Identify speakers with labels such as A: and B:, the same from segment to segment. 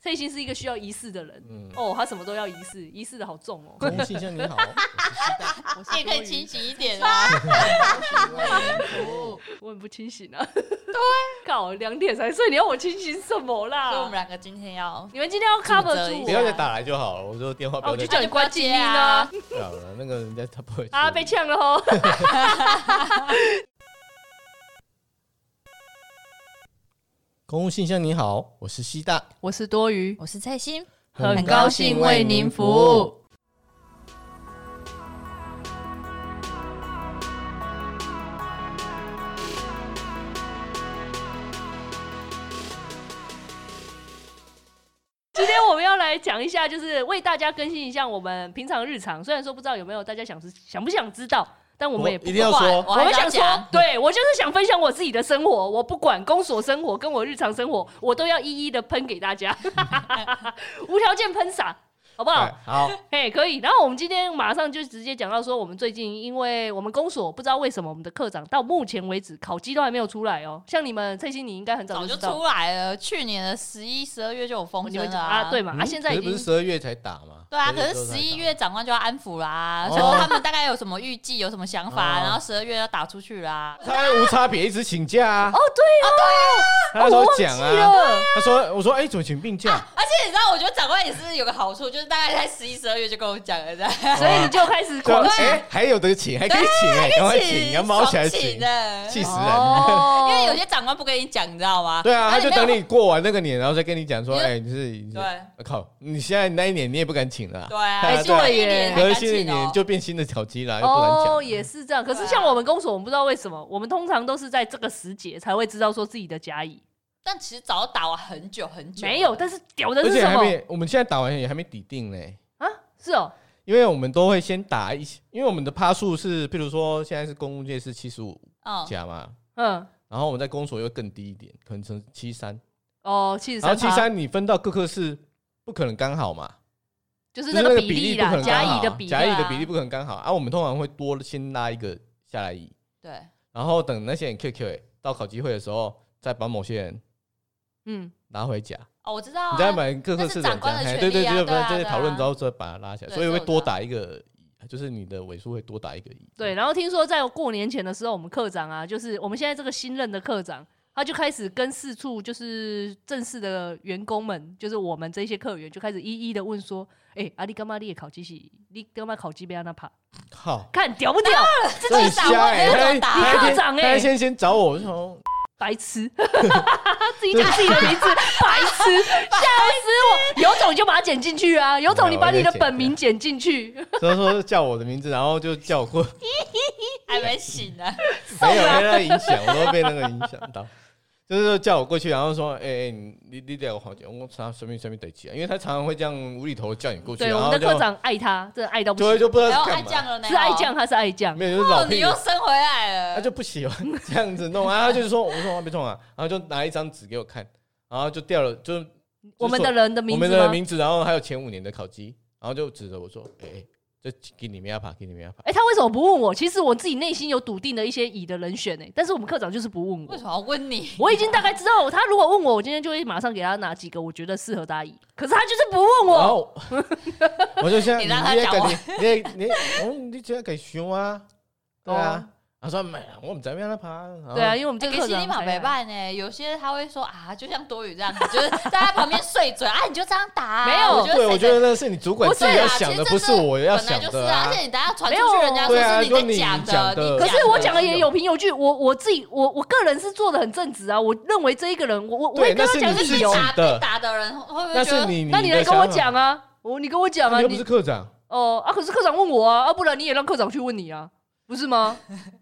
A: 蔡欣是一个需要仪式的人，
B: 嗯
A: 哦，他什么都要仪式，仪式的好重哦。
B: 钟先生你好，
C: 我是
D: 也可
C: 多
D: 以
C: 余
D: 清醒一 点啊。
C: 哦
A: 我很不清醒啊。对，靠，两点才睡，你要我清醒什么
D: 所以我
A: 啦？
D: 们两个今天要
A: 你们今天要 cover
D: 责
A: 住
D: 一
A: 我，
B: 不要再打来就好了。我说电话不
A: 啊，
B: 要
A: 我
B: 再
A: 就
B: 打
A: 叫你关静音
D: 那
A: 啊！
B: 嗯了，那个人家他不会
A: 啊，
B: 接
A: 被呛了哦。
B: 公务信箱你好，我是西大，
C: 我是多余，
D: 我是蔡心，
A: 很高
D: 兴为您服务。
A: 今天我们要来讲一下，就是为大家更新一下我们平常日常。虽然说不知道有没有大家想知想不想知道，但我们也
B: 我
A: 不
B: 一定要
A: 管
B: 说
A: 我
D: 还
A: 们
D: 是要
A: 想说
D: 讲，
A: 对我就是想分享我自己的生活，我不管公所生活跟我日常生活，我都要一一的喷给大 家，无条件喷洒，好不好
B: 对？哎好，
A: 嘿，可以。然后我们今天马上就直接讲到说，我们最近因为我们公所不知道为什么我们的课长到目前为止烤鸡都还没有出来哦。像你们蔡心，你应该很
D: 早
A: 就
D: 就
A: 知道，
D: 出来了，去年的十一、十二月就有风
A: 你
D: 声
A: 们
D: 了
A: 啊对嘛？啊，
B: 嗯
A: 现在
B: 可
A: 已
B: 是不
A: 经
B: 是十二月才打吗？
D: 对啊，可
B: 12
D: 是十一月长官就要安抚啦，
B: 哦
D: 说他们大概有什么预计、有什么想法，
B: 哦
D: 然后十二月要打出去啦。
B: 才打他无差别一直请假啊
A: 哦，，对
B: 他那时
A: 哦，
B: 候
A: 我忘记
B: 讲啊，
A: 了。
B: 他说我说哎，怎么请病假？
D: 而且你知道，我觉得长官也是有个好处，就是大概在十一、十二月就跟我讲了，这样
A: 所以你就开始狂
B: 对
A: 起
B: 哎，还有得请，还可以请哎，赶快请，要猫起来
D: 爽
B: 请，
D: 的，
B: 气死人。
A: 哦
D: 因为有些长官不跟你讲，你知道吗？
B: 对啊，
D: 哎那
B: 他就
D: 你没有
B: 等你过完那个年，然后再跟你讲说，
D: 你就
B: 哎，你是你是
D: 对
B: 我靠，你现在那一年你也不敢请了啊，
D: 对啊，
B: 哎
D: 新的一
A: 对耶
D: 年才
B: 可
D: 敢
B: 是新的一
D: 请哦
B: 年就变新的小鸡了，啊又不能
A: 哦，
B: 讲。
A: 也是这样。可是
D: 对啊
A: 像我们公所，我们不知道为什么，我们通常都是在这个时节才会知道说自己的甲乙
D: 但其实早打完很久很久了，
A: 没有。但是屌的
B: 哦而
A: 是
B: 且
A: 什
B: 还
A: 么
B: 没，我们现在打完也还没抵定呢，
A: 啊？是哦，
B: 因为我们都会先打一些，因为我们的趴数是，譬如说现在是公务界是七十五
A: 哦
D: 嗯，
B: 加嘛，
A: 嗯，
B: 然后我们在公所又更低一点，可能成七三，
A: 哦，七十
B: 然后
A: 三，
B: 七三你分到各科室不可能刚好嘛，
A: 就是
B: 就是
A: 那
B: 个
A: 个
B: 例
A: 例
B: 不可
A: 啦，
B: 能
A: 甲
B: 刚好
A: 乙的
B: 啊，
A: 比例
B: 甲乙的
D: 啊
B: 比例不可能刚好啊，我们通常会多先拉一个下来乙，
D: 对，
B: 然后等那些人 QQ 到考机会的时候，再把某些人
A: 嗯，
B: 拿回甲，
D: 哦，我知道啊，
B: 你再 把各科室的
D: 那是长
B: 人这
D: 官
B: 样，
D: 的
B: 哎
D: 权
B: 对对
D: 利啊
B: 对，
D: 对啊
B: 这些
D: 对啊
B: 讨论之后再把它拉下来，
D: 对
B: 所以
D: 这
B: 会
D: 我
B: 多
D: 知道
B: 打一个乙，就是你的尾数会多打一个乙，
A: 对。然后听说在过年前的时候，我们课长啊，就是我们现在这个新任的课长，他就开始跟四处就是正式的员工们，就是我们这些课员，就开始一一的问说，哎、阿、啊、你干嘛你也考鸡是？你干嘛考鸡被安那怕？
B: 靠。
A: 看屌不屌？
D: 自
B: 这很
D: 己打
B: 瞎
D: 完
B: 哎、
D: 那
B: 欸！
D: 种
B: 他
D: 打，啊
B: 他
A: 科
B: 先
A: 长欸
B: 他先先找我，我就说
A: 白 痴，自己打自己的名字，白痴，吓死我！有种你就把它剪进去啊，有种你把你的本名剪进去。
B: 他说叫我的名字，然后就叫我 过，
D: 还没醒 呢。
B: 没有被那个影响，我都被那个影响到，就是叫我过去，然后说，哎、欸、你你你得我好久，我常随便随便得起来，因为他常常会这样无厘头地叫你过去，
A: 对，
B: 然
A: 我
B: 后
A: 们的
B: 就
A: 课长爱他，真的爱到不
B: 就会
A: 行，
B: 就不知
D: 然
B: 道是
D: 后哎爱
B: 干
D: 酱
B: 嘛，
D: 了呢，
A: 是爱酱还是爱酱？
B: 没有就是
D: 哦，
B: 老
D: 你
B: 屁
D: 又
B: 股，
D: 升回来
B: 他
D: 了，
B: 就不喜欢这样子弄啊，他就说我说啊别动啊，然后就拿一张纸给我看，然后就掉了，就是
A: 我们的人的名
B: 我
A: 字
B: 们的
A: 吗？
B: 名字，然后还有前五年的考鸡，然后就指着我说，哎、欸，这给你们要爬，给你们要爬。
A: 哎、他为什么不问我？其实我自己内心有笃定的一些乙的人选呢、但是我们课长就是不问
D: 为
A: 我
D: 什。么要问你？
A: 我已经大概知道，他如果问我，我今天就会马上给他拿几个我觉得适合他乙。可是他就是不问
B: 然
A: 我，
B: 后我就像
D: 你
B: 你
D: 让他
B: 也
D: 讲
B: 跟
D: 话
B: 你也你哦，你这样给熊啊，对啊。他说没，我们怎么样他爬？
A: 对啊，
B: 然后，
A: 因为我们这
D: 这
A: 个
D: 个
A: 课哎
D: 心
A: 长
D: 理马
A: 才
D: 陪伴呢，有些他会说啊，就像多余这样子，就是在他旁边碎嘴啊，你就这样打啊。
A: 没有
D: 我觉得
B: 对，我
D: 谁
B: 觉得那是你主管
A: 不是
B: 自己要想的，
D: 啊
B: 不是我要想
D: 本来就是
B: 的
D: 啊，
B: 啊
D: 而且。你等下传出
A: 没有
D: 去，人家说
B: 对啊
D: 是
B: 说
D: 在
B: 你
D: 讲
B: 讲的
D: 的。
A: 可是我讲的也
D: 有。
A: 有凭有据，我我自己我我个人是做的很正直啊，我认为这一个人，我我我
B: 对
A: 会跟
B: 那
A: 他
B: 是
A: 讲
B: 你
A: 理
B: 自
A: 由
B: 己，
D: 打
B: 的
D: 被打的人会不
B: 那
D: 会觉
B: 是
D: 得
B: 你，
A: 那你来
B: 的
A: 跟我
B: 想
A: 讲啊，我你跟我讲
B: 法，
A: 啊，
B: 你又不
A: 你
B: 是科长。
A: 哦啊，可是课长问我啊，啊不然你也让课长去问你啊，不是吗？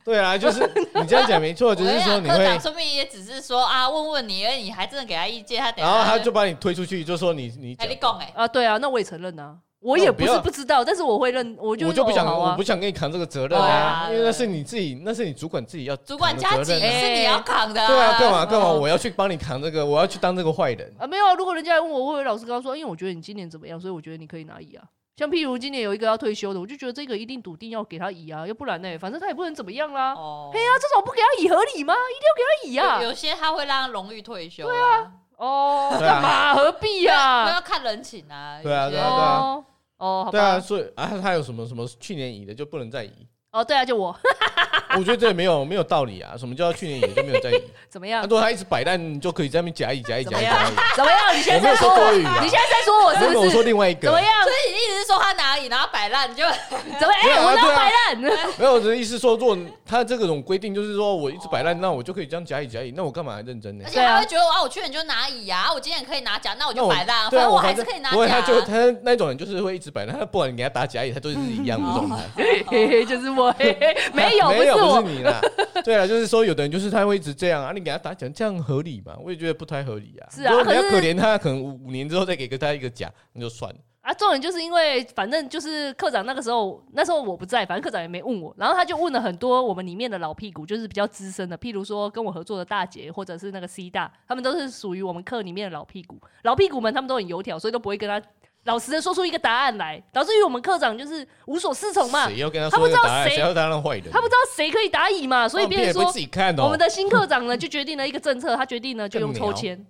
B: 对啊，就是你这样讲没错，
D: 我
B: 就
D: 跟
B: 是
D: 你
B: 说
D: 讲，
B: 你
D: 科
B: 会
D: 长，说不定也只是说啊，问问你，而已你还真的给他意见，他等
B: 然
D: 下
B: 后他就把你推出去，就说你你
D: 哎，
B: 讲
D: 你，讲哎，
A: 啊对啊，那我也承认啊，我
B: 那
A: 也
B: 我不
A: 不是
B: 要
A: 不知道，但是我会认，我就
B: 我就不
A: 哦
B: 想，
A: 好
B: 我
A: 啊
B: 不。想跟你扛这个责任
D: 对
B: 啊，
D: 啊
B: 因为那是你自己，那是你主管自己要
D: 主管
B: 扛
D: 加
B: 的责
D: 级
B: 任啊
A: 哎
D: 是你要扛的，
B: 对啊，干嘛干嘛，
A: 哦
B: 我要去帮你扛这个，我要去当这个坏人。
A: 啊，没有啊，如果人家来问我，我会老实跟他说，哎因为我觉得你今年怎么样，所以我觉得你可以拿乙啊。像譬如今年有一个要退休的，我就觉得这个一定笃定要给他乙啊，要不然呢，反正他也不能怎么样啦。
D: 哦
A: 嘿，啊，这种不给他乙合理吗？一定要给他乙啊！
D: 有有些他会让他荣誉退休，对啊，
A: 哦，
B: 对啊
A: 干嘛何必
D: 都
A: 呀？
D: 要看人情啊。
B: 对啊
D: 有些
B: 对啊对啊
A: 哦，哦，好
B: 对啊，
A: 吧，
B: 所以啊，他有什么什么去年移的就不能再移，
A: 哦，对啊，就我
B: 我觉得这也没有没有道理啊。什么叫去年移就没有 再移？
A: 怎么
B: 啊，
A: 样
B: 如？果他一直摆烂，你就可以在那边假移假移
A: 怎
B: 假
A: 么
B: 移
A: 样
B: 假移。
A: 怎么样？你现
B: 我没
A: 在
B: 有
A: 在说
B: 说
A: 我，
B: 多余啊
A: 你现在在说我是
B: 如
A: 不
B: 果我说
A: 是？
B: 另外一个
A: 怎么，样？
D: 所以你一直说他哪里，然后摆烂，你就
A: 怎么样？
B: 对啊
A: 哎，我要
B: 对啊
A: 摆烂，
B: 没有我的意思说，如果他这个种规定就是说我一直摆烂，那我就可以这样假移假移，那我干嘛还认真呢
D: 而？且他会觉得啊，我去年就拿乙啊，我今年可以拿奖，那我
B: 那
D: 就
B: 我
D: 摆烂啊，
B: 对
D: 反
B: 啊，
D: 正
B: 我
D: 还
B: 反
D: 是
B: 正
D: 可以拿
B: 不会，他就
A: 啊
D: 奖。
B: 他那种人就是会一直摆烂，他不管你给他打假意，他都是一样的状态。
A: 嘿嘿，就是我， 嘿嘿，嗯没有，
B: 没有，
A: 是
B: 不
A: 我，
B: 是你啦。对啊，就是说有的人就是他会一直这样啊，你给他打假，这样合理吗？我也觉得不太合理啊。
A: 是啊
B: 如果你要
A: 可是
B: 可怜他，可能五五年之后再给个他一个假，那就算了。
A: 啊，重点就是因为反正就是科长那个时候，那时候我不在，反正科长也没问我，然后他就问了很多我们里面的老屁股，就是比较资深的，譬如说跟我合作的大姐或者是那个 C 大，他们都是属于我们课里面的老屁股，老屁股们他们都很油条，所以都不会跟他老实的说出一个答案来，导致于我们科长就是无所适从嘛，
B: 谁要跟他
A: 他
B: 说
A: 不
B: 这
A: 知道
B: 个答案？
A: 谁
B: 谁要当坏人？
A: 他不知道谁可以答乙嘛，所以
B: 放屁
A: 变成
B: 也不会
A: 说
B: 自己看哦。
A: 我们的新科长呢就决定了一个政策，他决定呢就用抽签，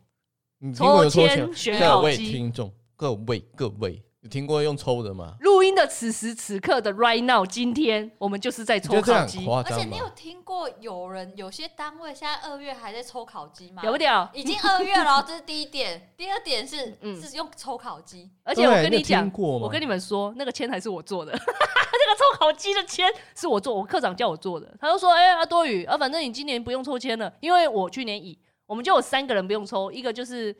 B: 你听过有抽
A: 抽
B: 签
A: 签选
B: 各
A: 好
B: 位
A: 机
B: 听众，各位各位，你听过用抽的吗？
A: 录音的此时此刻的 right now，今天我们就是在
B: 你
A: 抽
B: 觉得这
A: 考
B: 样
A: 机
B: 很。夸
D: 而且
B: 张
D: 你有
B: 吗？
D: 听过有人有些单位现在二月还在抽烤鸡吗？
A: 屌不屌？
D: 已经二月了，这是第 一点。第二点是
A: 嗯
D: 是用抽烤鸡，
A: 而且我
B: 对啊
A: 跟
B: 你有
A: 讲
B: 听，过吗
A: 我跟你们说，那个签还是我做的，那 个抽烤鸡的签是我做，我科长叫我做的。他就说：“哎、阿多宇啊，反正你今年不用抽签了，因为我去年乙，我们就有三个人不用抽，一个就是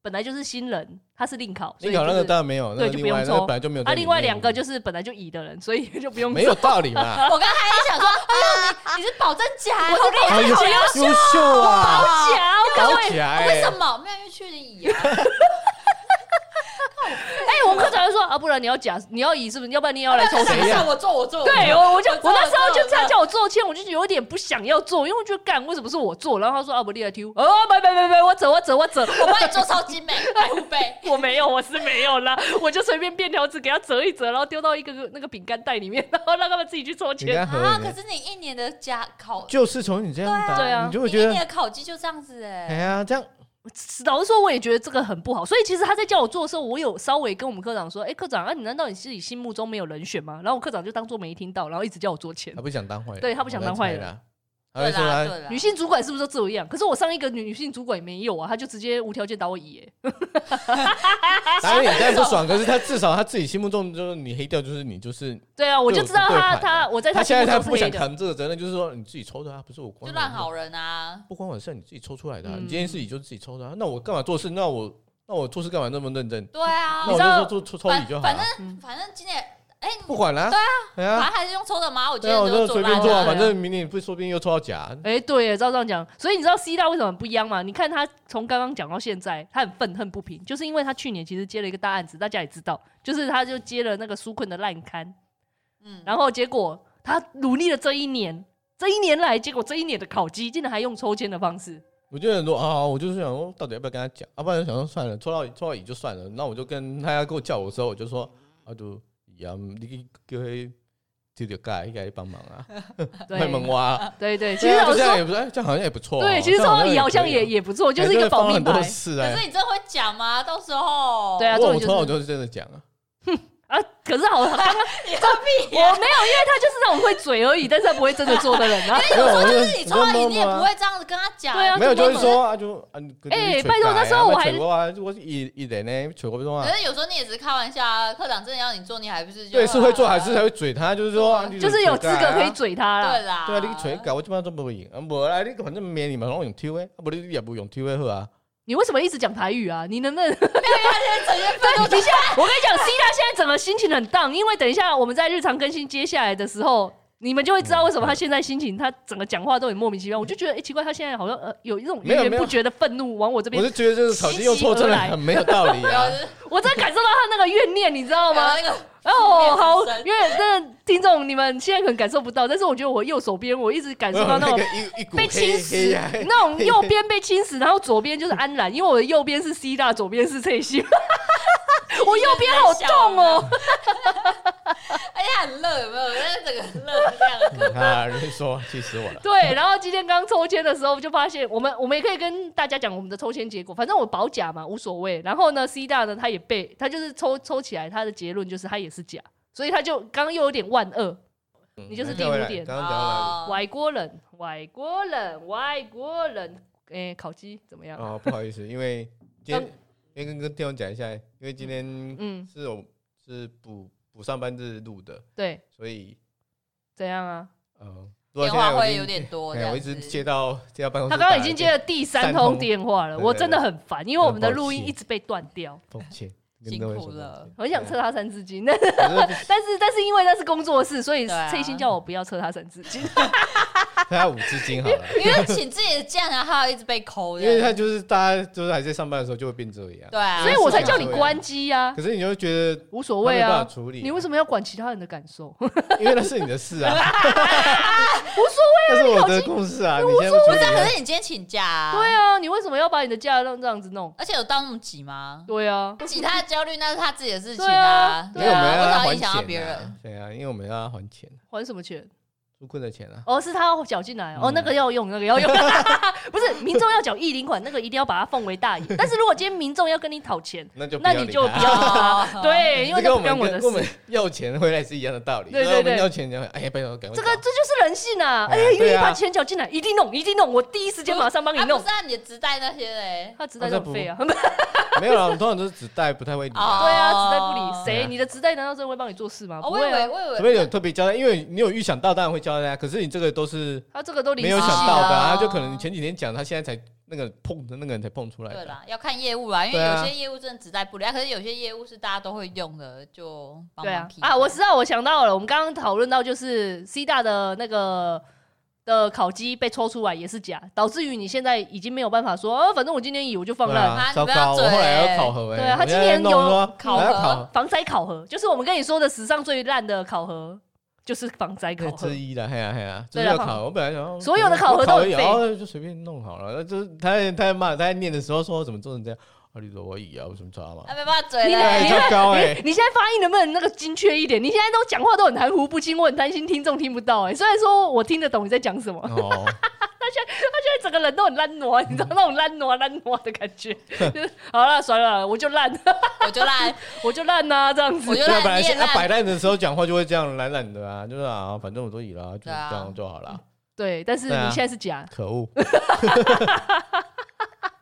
A: 本来就是新人，他是另考，所
B: 你
A: 以
B: 搞那
A: 就
B: 个
A: 是
B: 当然没有，那
A: 对
B: 个
A: 就不
B: 另外
A: 用
B: 那个
A: 抽
B: 本来就没有在
A: 啊，
B: 里面。
A: 另外两个就是本来就乙的人，所以 就不用啊
B: 没有 道理嘛。
D: 我刚才 还想说，哎呦，你你是保证假，我是保
B: 哎呦
D: 证假，
B: 优秀啊！
A: 假。
B: 搞起来、
D: 为
B: 欸
D: 什，么没有因为去年乙啊？
A: 哎、我科长就说啊，不然你要假，你要乙是不是？要不然你也要来抽签。
B: 谁呀
D: 我做我做，
A: 对，我我就
D: 我知道
A: 我那时候
D: 我
A: 就
D: 知道
A: 他叫我做签，我就有点不想要做，因为我觉得干为什么是我做？然后他说啊，不你来丢，哦，没没没没，我走我走我走，
D: 我帮你做超级 美，白虎背。
A: 我没有，我是没有啦，我就随便便条纸给他折一折，然后丢到一个个那个饼干袋里面，然后让他们自己去抽
B: 你跟
A: 签。
B: 他合
D: 啊，
B: 理
D: 可
B: 吗
D: 是你一年的假考，
B: 就是从你这样打，
A: 对啊
B: 你就
D: 你
B: 会
D: 一
B: 觉得
D: 年的考绩就这样子
B: 哎
D: 哎。
B: 呀，这样
A: 老实说，我也觉得这个很不好，所以其实他在叫我做的时候，我有稍微跟我们科长说，哎、科长啊，你难道你自己心目中没有人选吗？然后我科长就当做没听到，然后一直叫我做签
B: 他。啊不啊想当坏人，
A: 对他不想当坏人
B: 我在猜啦，他会说
D: 对啦
B: 他
D: 对啦，
A: 女性主管是不是都这样？可是我上一个女女性主管也没有啊，她就直接无条件打我乙、欸。
B: 当然你这样不爽，可是他至少他自己心目中就是你黑掉就是你就是，
A: 对啊，我就
B: 对
A: 知道
B: 不对
A: 她
B: 盘
A: 她我在
B: 他
A: 她
B: 现在他
A: 心目
B: 不
A: 中是
B: 想
A: 黑的。
B: 扛这个责任，就是说你自己抽的啊，不是我关我
D: 就
B: 的
D: 烂好人啊。
B: 不关我的事啊，你自己抽出来的啊，
A: 嗯
B: 你今天是你就自己抽的啊，那我干嘛做事？那我那我做事干嘛那么认真？
D: 对啊
B: 那，
A: 你
B: 我
A: 知道
B: 就做抽抽抽
D: 反
B: 你就好
D: 反
B: 了，
D: 正反正今年哎，
B: 不管啦，对啊，对
D: 反
B: 啊，
D: 正还是用抽的嘛，我
B: 对
D: 今
B: 啊，
D: 天
B: 我
D: 都
B: 就
D: 做
B: 随便
D: 烂了。
B: 做啊，
A: 对啊
B: 反正明年不说不定又抽到假啊，
A: 哎、对耶，照这样讲，所以你知道 C 大为什么很不一样吗？你看他从刚刚讲到现在，他很愤恨不平，就是因为他去年其实接了一个大案子，大家也知道，就是他就接了那个纾困的烂刊，
D: 嗯，
A: 然后结果他努力了这一年，这一年来，结果这一年的考绩竟然还用抽签的方 式，
B: 我就很多啊，我就是想说，到底要不要跟他讲？啊要、不然就想说算了，抽到抽到乙就算了。那我就跟他要给我叫我的时候，我就说啊，就乙啊，你给给这个盖应该帮忙啊，卖萌
A: 对
B: 蛙。
A: 对对，其
B: 对
A: 实
B: 啊，
A: 老
B: 就
A: 实
B: 这样也
A: 说，
B: 不是，哎，这样好像也不错哦、
A: 对，其实
B: 这
A: 抽
B: 样
A: 到乙好像
B: 也可
A: 也
B: 以哦
A: 也不错，就是一
B: 感
A: 个
B: 觉
A: 保
B: 方
A: 命
B: 很多
A: 牌
B: 事哎、
D: 可是你真的会讲吗？到时候
A: 对啊
B: 如哦果我
A: 重点就是
B: 抽到我就是真的讲啊，
A: 啊。可是好，他
D: 你何
A: 我
D: 必
A: 没有，因为他就是那种会嘴而已，但是他不会真的做的人 啊。
B: 没有，哎我
D: 就
B: 就是
D: 哦你抽到
B: 我就
D: 你，你也
B: 摸摸
D: 不
B: 啊
D: 会这样子跟他讲。
A: 对啊
B: 没有，就
A: 就
B: 会说啊，就啊，你
A: 哎拜托那时候我还
B: 我啊，我是一一人呢，吹过不中啊
D: 可。是有时候你也只是开玩笑啊，科长真的要你做，你还不是就啊
B: 对，是会做还是才会嘴他，就是说，啊你
A: 啊就是有资
B: 嘴
A: 格
B: 盖啊
A: 可以嘴他啦
D: 对。啦。
B: 对啊，你锤搞我基本上都不会赢，啊，无啦，你反正免你嘛，拢用抽诶，啊，无你也不用抽诶好啊。
A: 你为什么一直讲台语啊？你能不 能？
D: 啊整天
A: 对，你现在我跟你讲，C 大现在整个心情很荡，因为等一下啊我们在日常更新接下来的时候，你们就会知道为什么他现在心情，他整个讲话都很莫名其妙。我就觉得，哎、奇怪，他现在好像呃有一种
B: 没有
A: 源
B: 没
A: 源
B: 有
A: 不绝的愤怒往我这
B: 我
A: 边
B: 是，觉得这个考题用错真的很没有道理 啊。
A: 我真的感受到他那个怨念，你知道
D: 好
A: 吗
D: 吗？？那个
A: 哦，好
D: 怨念，很深
A: 因为真的听众你们现在可能感受不到，但是我觉得我右手哎边我一直感
B: 我
A: 受到
B: 有
A: 那
B: 那
A: 种
B: 个一一股
A: 被侵
B: 黑黑
A: 蚀
B: 呀，，
A: 那种右边被侵蚀，然后左边就是安然，因为我的右边是 C 大，左边是翠西。我右边好痛哦！
D: 哎、而且很热，有没有？那整个热这样
B: 你看，人家说气死我了。
A: 对，然后今天刚抽签的时候就发现，我们我们也可以跟大家讲我们的抽签结果，反正我保甲嘛无所谓。然后呢，C 大呢他也被他就是抽抽起来，他的结论就是他也是甲，所以他就刚刚又有点万恶，嗯你就是第五点
B: 刚刚讲到哪里？
D: 哦
A: 外国人，外国人，外国人，诶、烤鸡怎么样？
B: 哦，不好意思，因为今天先跟跟听众讲一下，因为今天
A: 嗯，
B: 是我是补补上班日录的，
A: 对，
B: 所以
A: 怎样啊？
B: 呃，如果
D: 电
B: 现在
D: 话
B: 我已
D: 会
B: 经
D: 有点多，
B: 哎，我一直接到接到办公
A: 他
B: 室打
A: 刚
B: 来
A: 刚
B: 电，
A: 已经接了第三
B: 三通
A: 通电话了，
B: 对对
A: 我真的很烦，因为我们的
B: 很抱
A: 录音
B: 歉
A: 一直被断掉，
B: 抱 歉，跟
D: 辛
B: 各位说
D: 苦
B: 抱
D: 了
B: 歉
A: 我很想测他三字经，
B: 可是不
A: 但是但是因为那是工作室，所以
D: 对啊
A: 翠心叫我不要测他三字 经。
B: 大家五字经好 了，
A: 啊
D: 因为请自己的假，然后一直被抠的，
B: 因为他就是大家就是还在上班的时候就会变这样，
D: 对啊，
A: 所以我才
B: 是
A: 叫
B: 啊
A: 你关机呀、啊，
B: 可是你就会觉得
A: 无所
B: 他
A: 谓
B: 没办
A: 啊
B: 法。处理，
A: 你为什么要管其他人的感受？
B: 么？因为那是你的事 啊，
A: 无所啊
B: 那是我的故事啊，你现在不处
D: 不是啊，可
B: 理，
D: 是你今天请假啊，
A: 对啊，你为什么要把你的假让这样子弄？
D: 而且有到那么急 吗？
A: 对啊，
D: 其他的焦虑那是他自己的事情
A: 对啊
B: 因
D: 对
B: 为我们
D: 啊，我
B: 要
D: 想要
B: 还
D: 影
B: 钱
D: 响到
B: 啊
D: 别人，，
B: 对啊，因为我们要还钱，
A: 还什么钱？
B: 纾困的钱啊，
A: 哦，是他要缴进来哦，
B: 嗯
A: 那个要用，那个要用， 不是民众要缴一零款，那个一定要把它奉为大爷。但是如果今天民众要跟你讨钱，
B: 那就不
A: 那
B: 要
A: 你
B: 理
A: 就
B: 他
A: 不要理他，
D: 哦
A: 对，因为
B: 这
A: 那
B: 跟我
A: 不关
B: 们
A: 我的
B: 跟我们
A: 事。
B: 要钱回来是一样的道理。
A: 对对
B: 然后我
A: 对
B: 们要钱，然后哎呀，拜托，赶快
A: 这
B: 搞。
A: 个这就是人性啊！哎
B: 哎
A: 呀，
B: 对啊
A: 愿意把钱缴进来，一定弄，一定弄，我第一时间马上帮你
D: 啊
A: 弄
D: 不。是啊，你的职代那些嘞，
A: 他只在浪费啊，
B: 没有啦，我们通常都是纸袋，不太会理啊。
D: 哦
A: 对啊，纸袋不理
B: 对
A: 谁？
B: 啊
A: 你的纸袋难道真的会帮你做事吗？
D: 哦，
A: 不
D: 我以
A: 会
D: 为
A: 啊，
D: 我以为
B: 除非有特别交代，因为你有预想到，当然会交代啊。可是你这个都是
A: 他这个都临
B: 没
A: 时
B: 有
A: 性
B: 想
D: 啊
B: 到的
D: 哦
B: 啊，就可能你前几天讲，他现在才那个碰的那个人才碰 出来
D: 对
B: 的。
D: 啦，要看业务啦，因为
B: 对啊
D: 有些业务真的只在不了，可是有些业务是大家都会用的，就帮
A: 对
D: 忙
A: 啊
D: 批
A: 啊！我知道，我想到了，我们刚刚讨论到就是 C 大的那个的烤鸡被抽出来也是假，导致于你现在已经没有办法说，哦，反正我今天有我就放
B: 对
A: 烂。
B: 啊，
D: 啊
B: 糟
D: 你不要
B: 糕，我后来
D: 嘴
B: 要考核哎。
A: 对啊他
B: 我现
A: 今
B: 在
A: 年
B: 弄
A: 有
B: 说
D: 考
B: 我要
D: 核
B: 考
A: 防灾考核就是我们跟你说的史上最烂的考核，就是防灾考
B: 对
A: 核
B: 之。一了，嘿呀嘿呀，就
A: 对
B: 是
A: 啦
B: 要
A: 考
B: 考。我本来想说
A: 所有的考核都
B: 考
A: 很
B: 核也
A: 废
B: 哦那就随便弄好了。那就是他在他在骂他在念的时候说怎么做成这样，啊，你说我以啊，有什么差嘛
D: 啊，？没办法嘴
A: 你
D: 嘞，
B: 哎，糟糕 哎。
A: 你现在发音能不能那个精确一点？你现在都讲话都很含糊不清，我很担心听众听不到哎、虽然说我听得懂你在讲 什么，
B: 哦，
A: 现在整个人都很烂挪，你知道那种烂挪烂挪的感 觉。就是好了，算了，我就烂，
D: 我 就烂，
A: 我就烂呐、这样子
D: 我。就
B: 对啊，本来
D: 烂，你也
B: 是他摆
D: 烂，
B: 烂的时候讲话就会这样懒懒的啊，就是啊，反正我都已了，就这
D: 对啊
B: 样就好了。
A: 对，但是
B: 对啊
A: 你现在是假，
B: 可恶，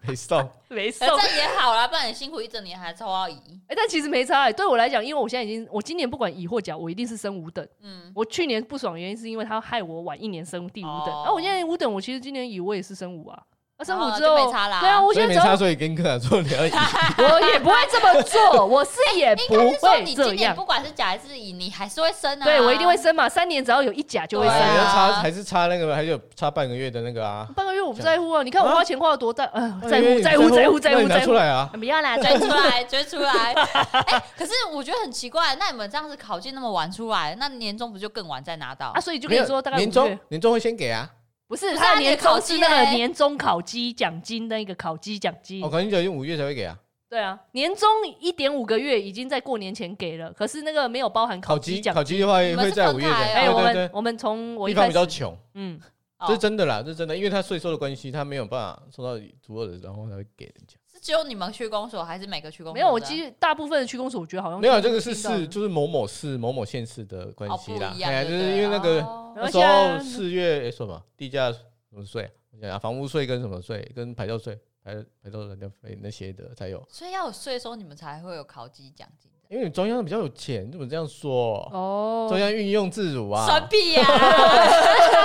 B: 没送。
A: 没
D: 呃
A: 送。
D: 这样也好啦，不然你辛苦一整年还抽到乙，
A: 哎、但其实没差、欸。对我来讲，因为我现在已经，我今年不管乙或甲，我一定是升五等。
D: 嗯，
A: 我去年不爽的原因是因为他害我晚一年升第五等，然
D: 哦
A: 后、我现在五等，我其实今年乙我也是升五啊。那、升五
D: 哦
A: 之
D: 就
A: 后，
D: 没差啦
A: 对啊，我
B: 所以
A: 现在
B: 没
A: 只要
B: 差，所以跟科长说你要 一起
A: 我也不会这么做，我是也不
D: 应该是说
A: 会
D: 你
A: 这
D: 今年
A: 样
D: 不。管是甲还是乙，你还是会升啊，
A: 对，我一定会，升嘛，三年只要有一甲就会
B: 对
A: 升。
B: 啊
D: 对
B: 要
D: 啊
B: 差还是差那个，还有差半个月的那个啊，
A: 半个月我不在乎啊，你看我花钱花了多大，哎、在
B: 半个月
A: 乎在乎
B: 你
A: 在乎在
B: 那
A: 乎
B: 你拿
A: 在
B: 出
A: 乎，
B: 来啊！
A: 不要啦，
D: 追出来，追 出来，哎，可是我觉得很奇怪，那你们这样子考进那么晚出来，那年终不就更晚再拿到
A: 啊，？所以就
B: 没
A: 跟
B: 有
A: 你说大概
B: 年
A: 五
B: 终
A: 月，
B: 年终会先给啊。
A: 不是
D: 不是
A: 他
D: 啊
A: 的年
D: 你的考
A: 终
D: 绩
A: 是那个
D: 嘞
A: 年终考绩奖金那一个考绩奖金
B: 我，哦可能就五月才会给啊。
A: 对啊，年终一点五个月已经在过年前给了，可是那个没有包含
B: 考
A: 绩
B: 级
A: 奖
B: 考。级的话
D: 你们
B: 会
D: 是
B: 在
D: 分
B: 五月的，
D: 开啊
A: 哎、我
B: 对对
A: 们
B: 对，
A: 我们从我
B: 地
A: 一
B: 方
A: 开
B: 比较
A: 始，
B: 穷，
A: 嗯，
D: 哦
B: 这是真的啦，这是真的，因为他税收的关系，他没有办法收到足够的，
A: 哦
B: 然后才会给人家。
D: 是只有你们去公所，还是每个去公所？
A: 没有，我基大部分的区公所我觉得好像
B: 没有，这个是
A: 听到了
B: 市，就是某某市、某某县市的关
D: 哦不
B: 系啦
D: 一。样
B: 哎呀，
D: 对
B: 就
D: 不对，
B: 是因为那个
D: 哦
A: 然
B: 那
A: 后
B: 时
A: 现在
B: 候四月诶什么地价什么税啊？我想想啊，房屋税跟什么税？跟牌照税、牌牌照燃料费那些的才有。
D: 所以要有税收，你们才会有考级奖金。
B: 因为你中央比较有钱，你怎么这样说？
A: 哦，
B: 中央运用自如啊
D: 酸，屁 呀！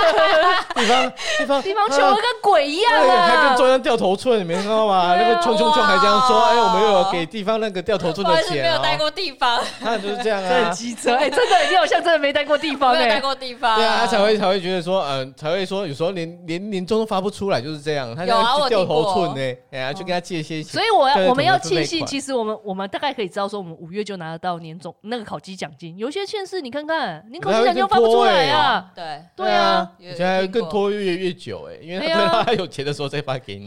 B: 地方地方
A: 地方穷的
B: 啊
A: 跟鬼一样
B: 对
A: 啊，
B: 还 跟中央掉头寸，你没看到吗？
A: 对啊
B: 那个穷穷穷还这样说，
D: 哇
B: 哎，我们又有给地方那个掉头
D: 不
B: 寸
D: 好
B: 的
D: 意思，没
B: 钱
D: 有待
B: 哦，
D: 过地方，
B: 他就是这样
A: 这很
B: 啊。
A: 机车，哎、真的，你好像真的没待过地方
D: 没有
A: 哎、
D: 待过地方，
B: 对啊，他才会才会觉得说，嗯、才会说有时候连连年终都发不出来，就是这样。他
D: 有啊
B: 那个
D: 我
B: 掉
D: 听过
B: 头寸呢、哎呀、去跟他借些钱。
A: 所以我
B: 对
A: 要我们要
B: 统筹分
A: 庆
B: 配
A: 幸，
B: 款
A: 其实我们我们大概可以知道说，我们五月就拿得到年终那个考级奖金。有些县市你看看，你考级奖金都发不出来啊。
D: 对，
A: 对啊，
D: 有有
B: 现在
D: 听过
B: 更拖越越久哎、因为他
A: 对啊
B: 对他有钱的时候再发给你，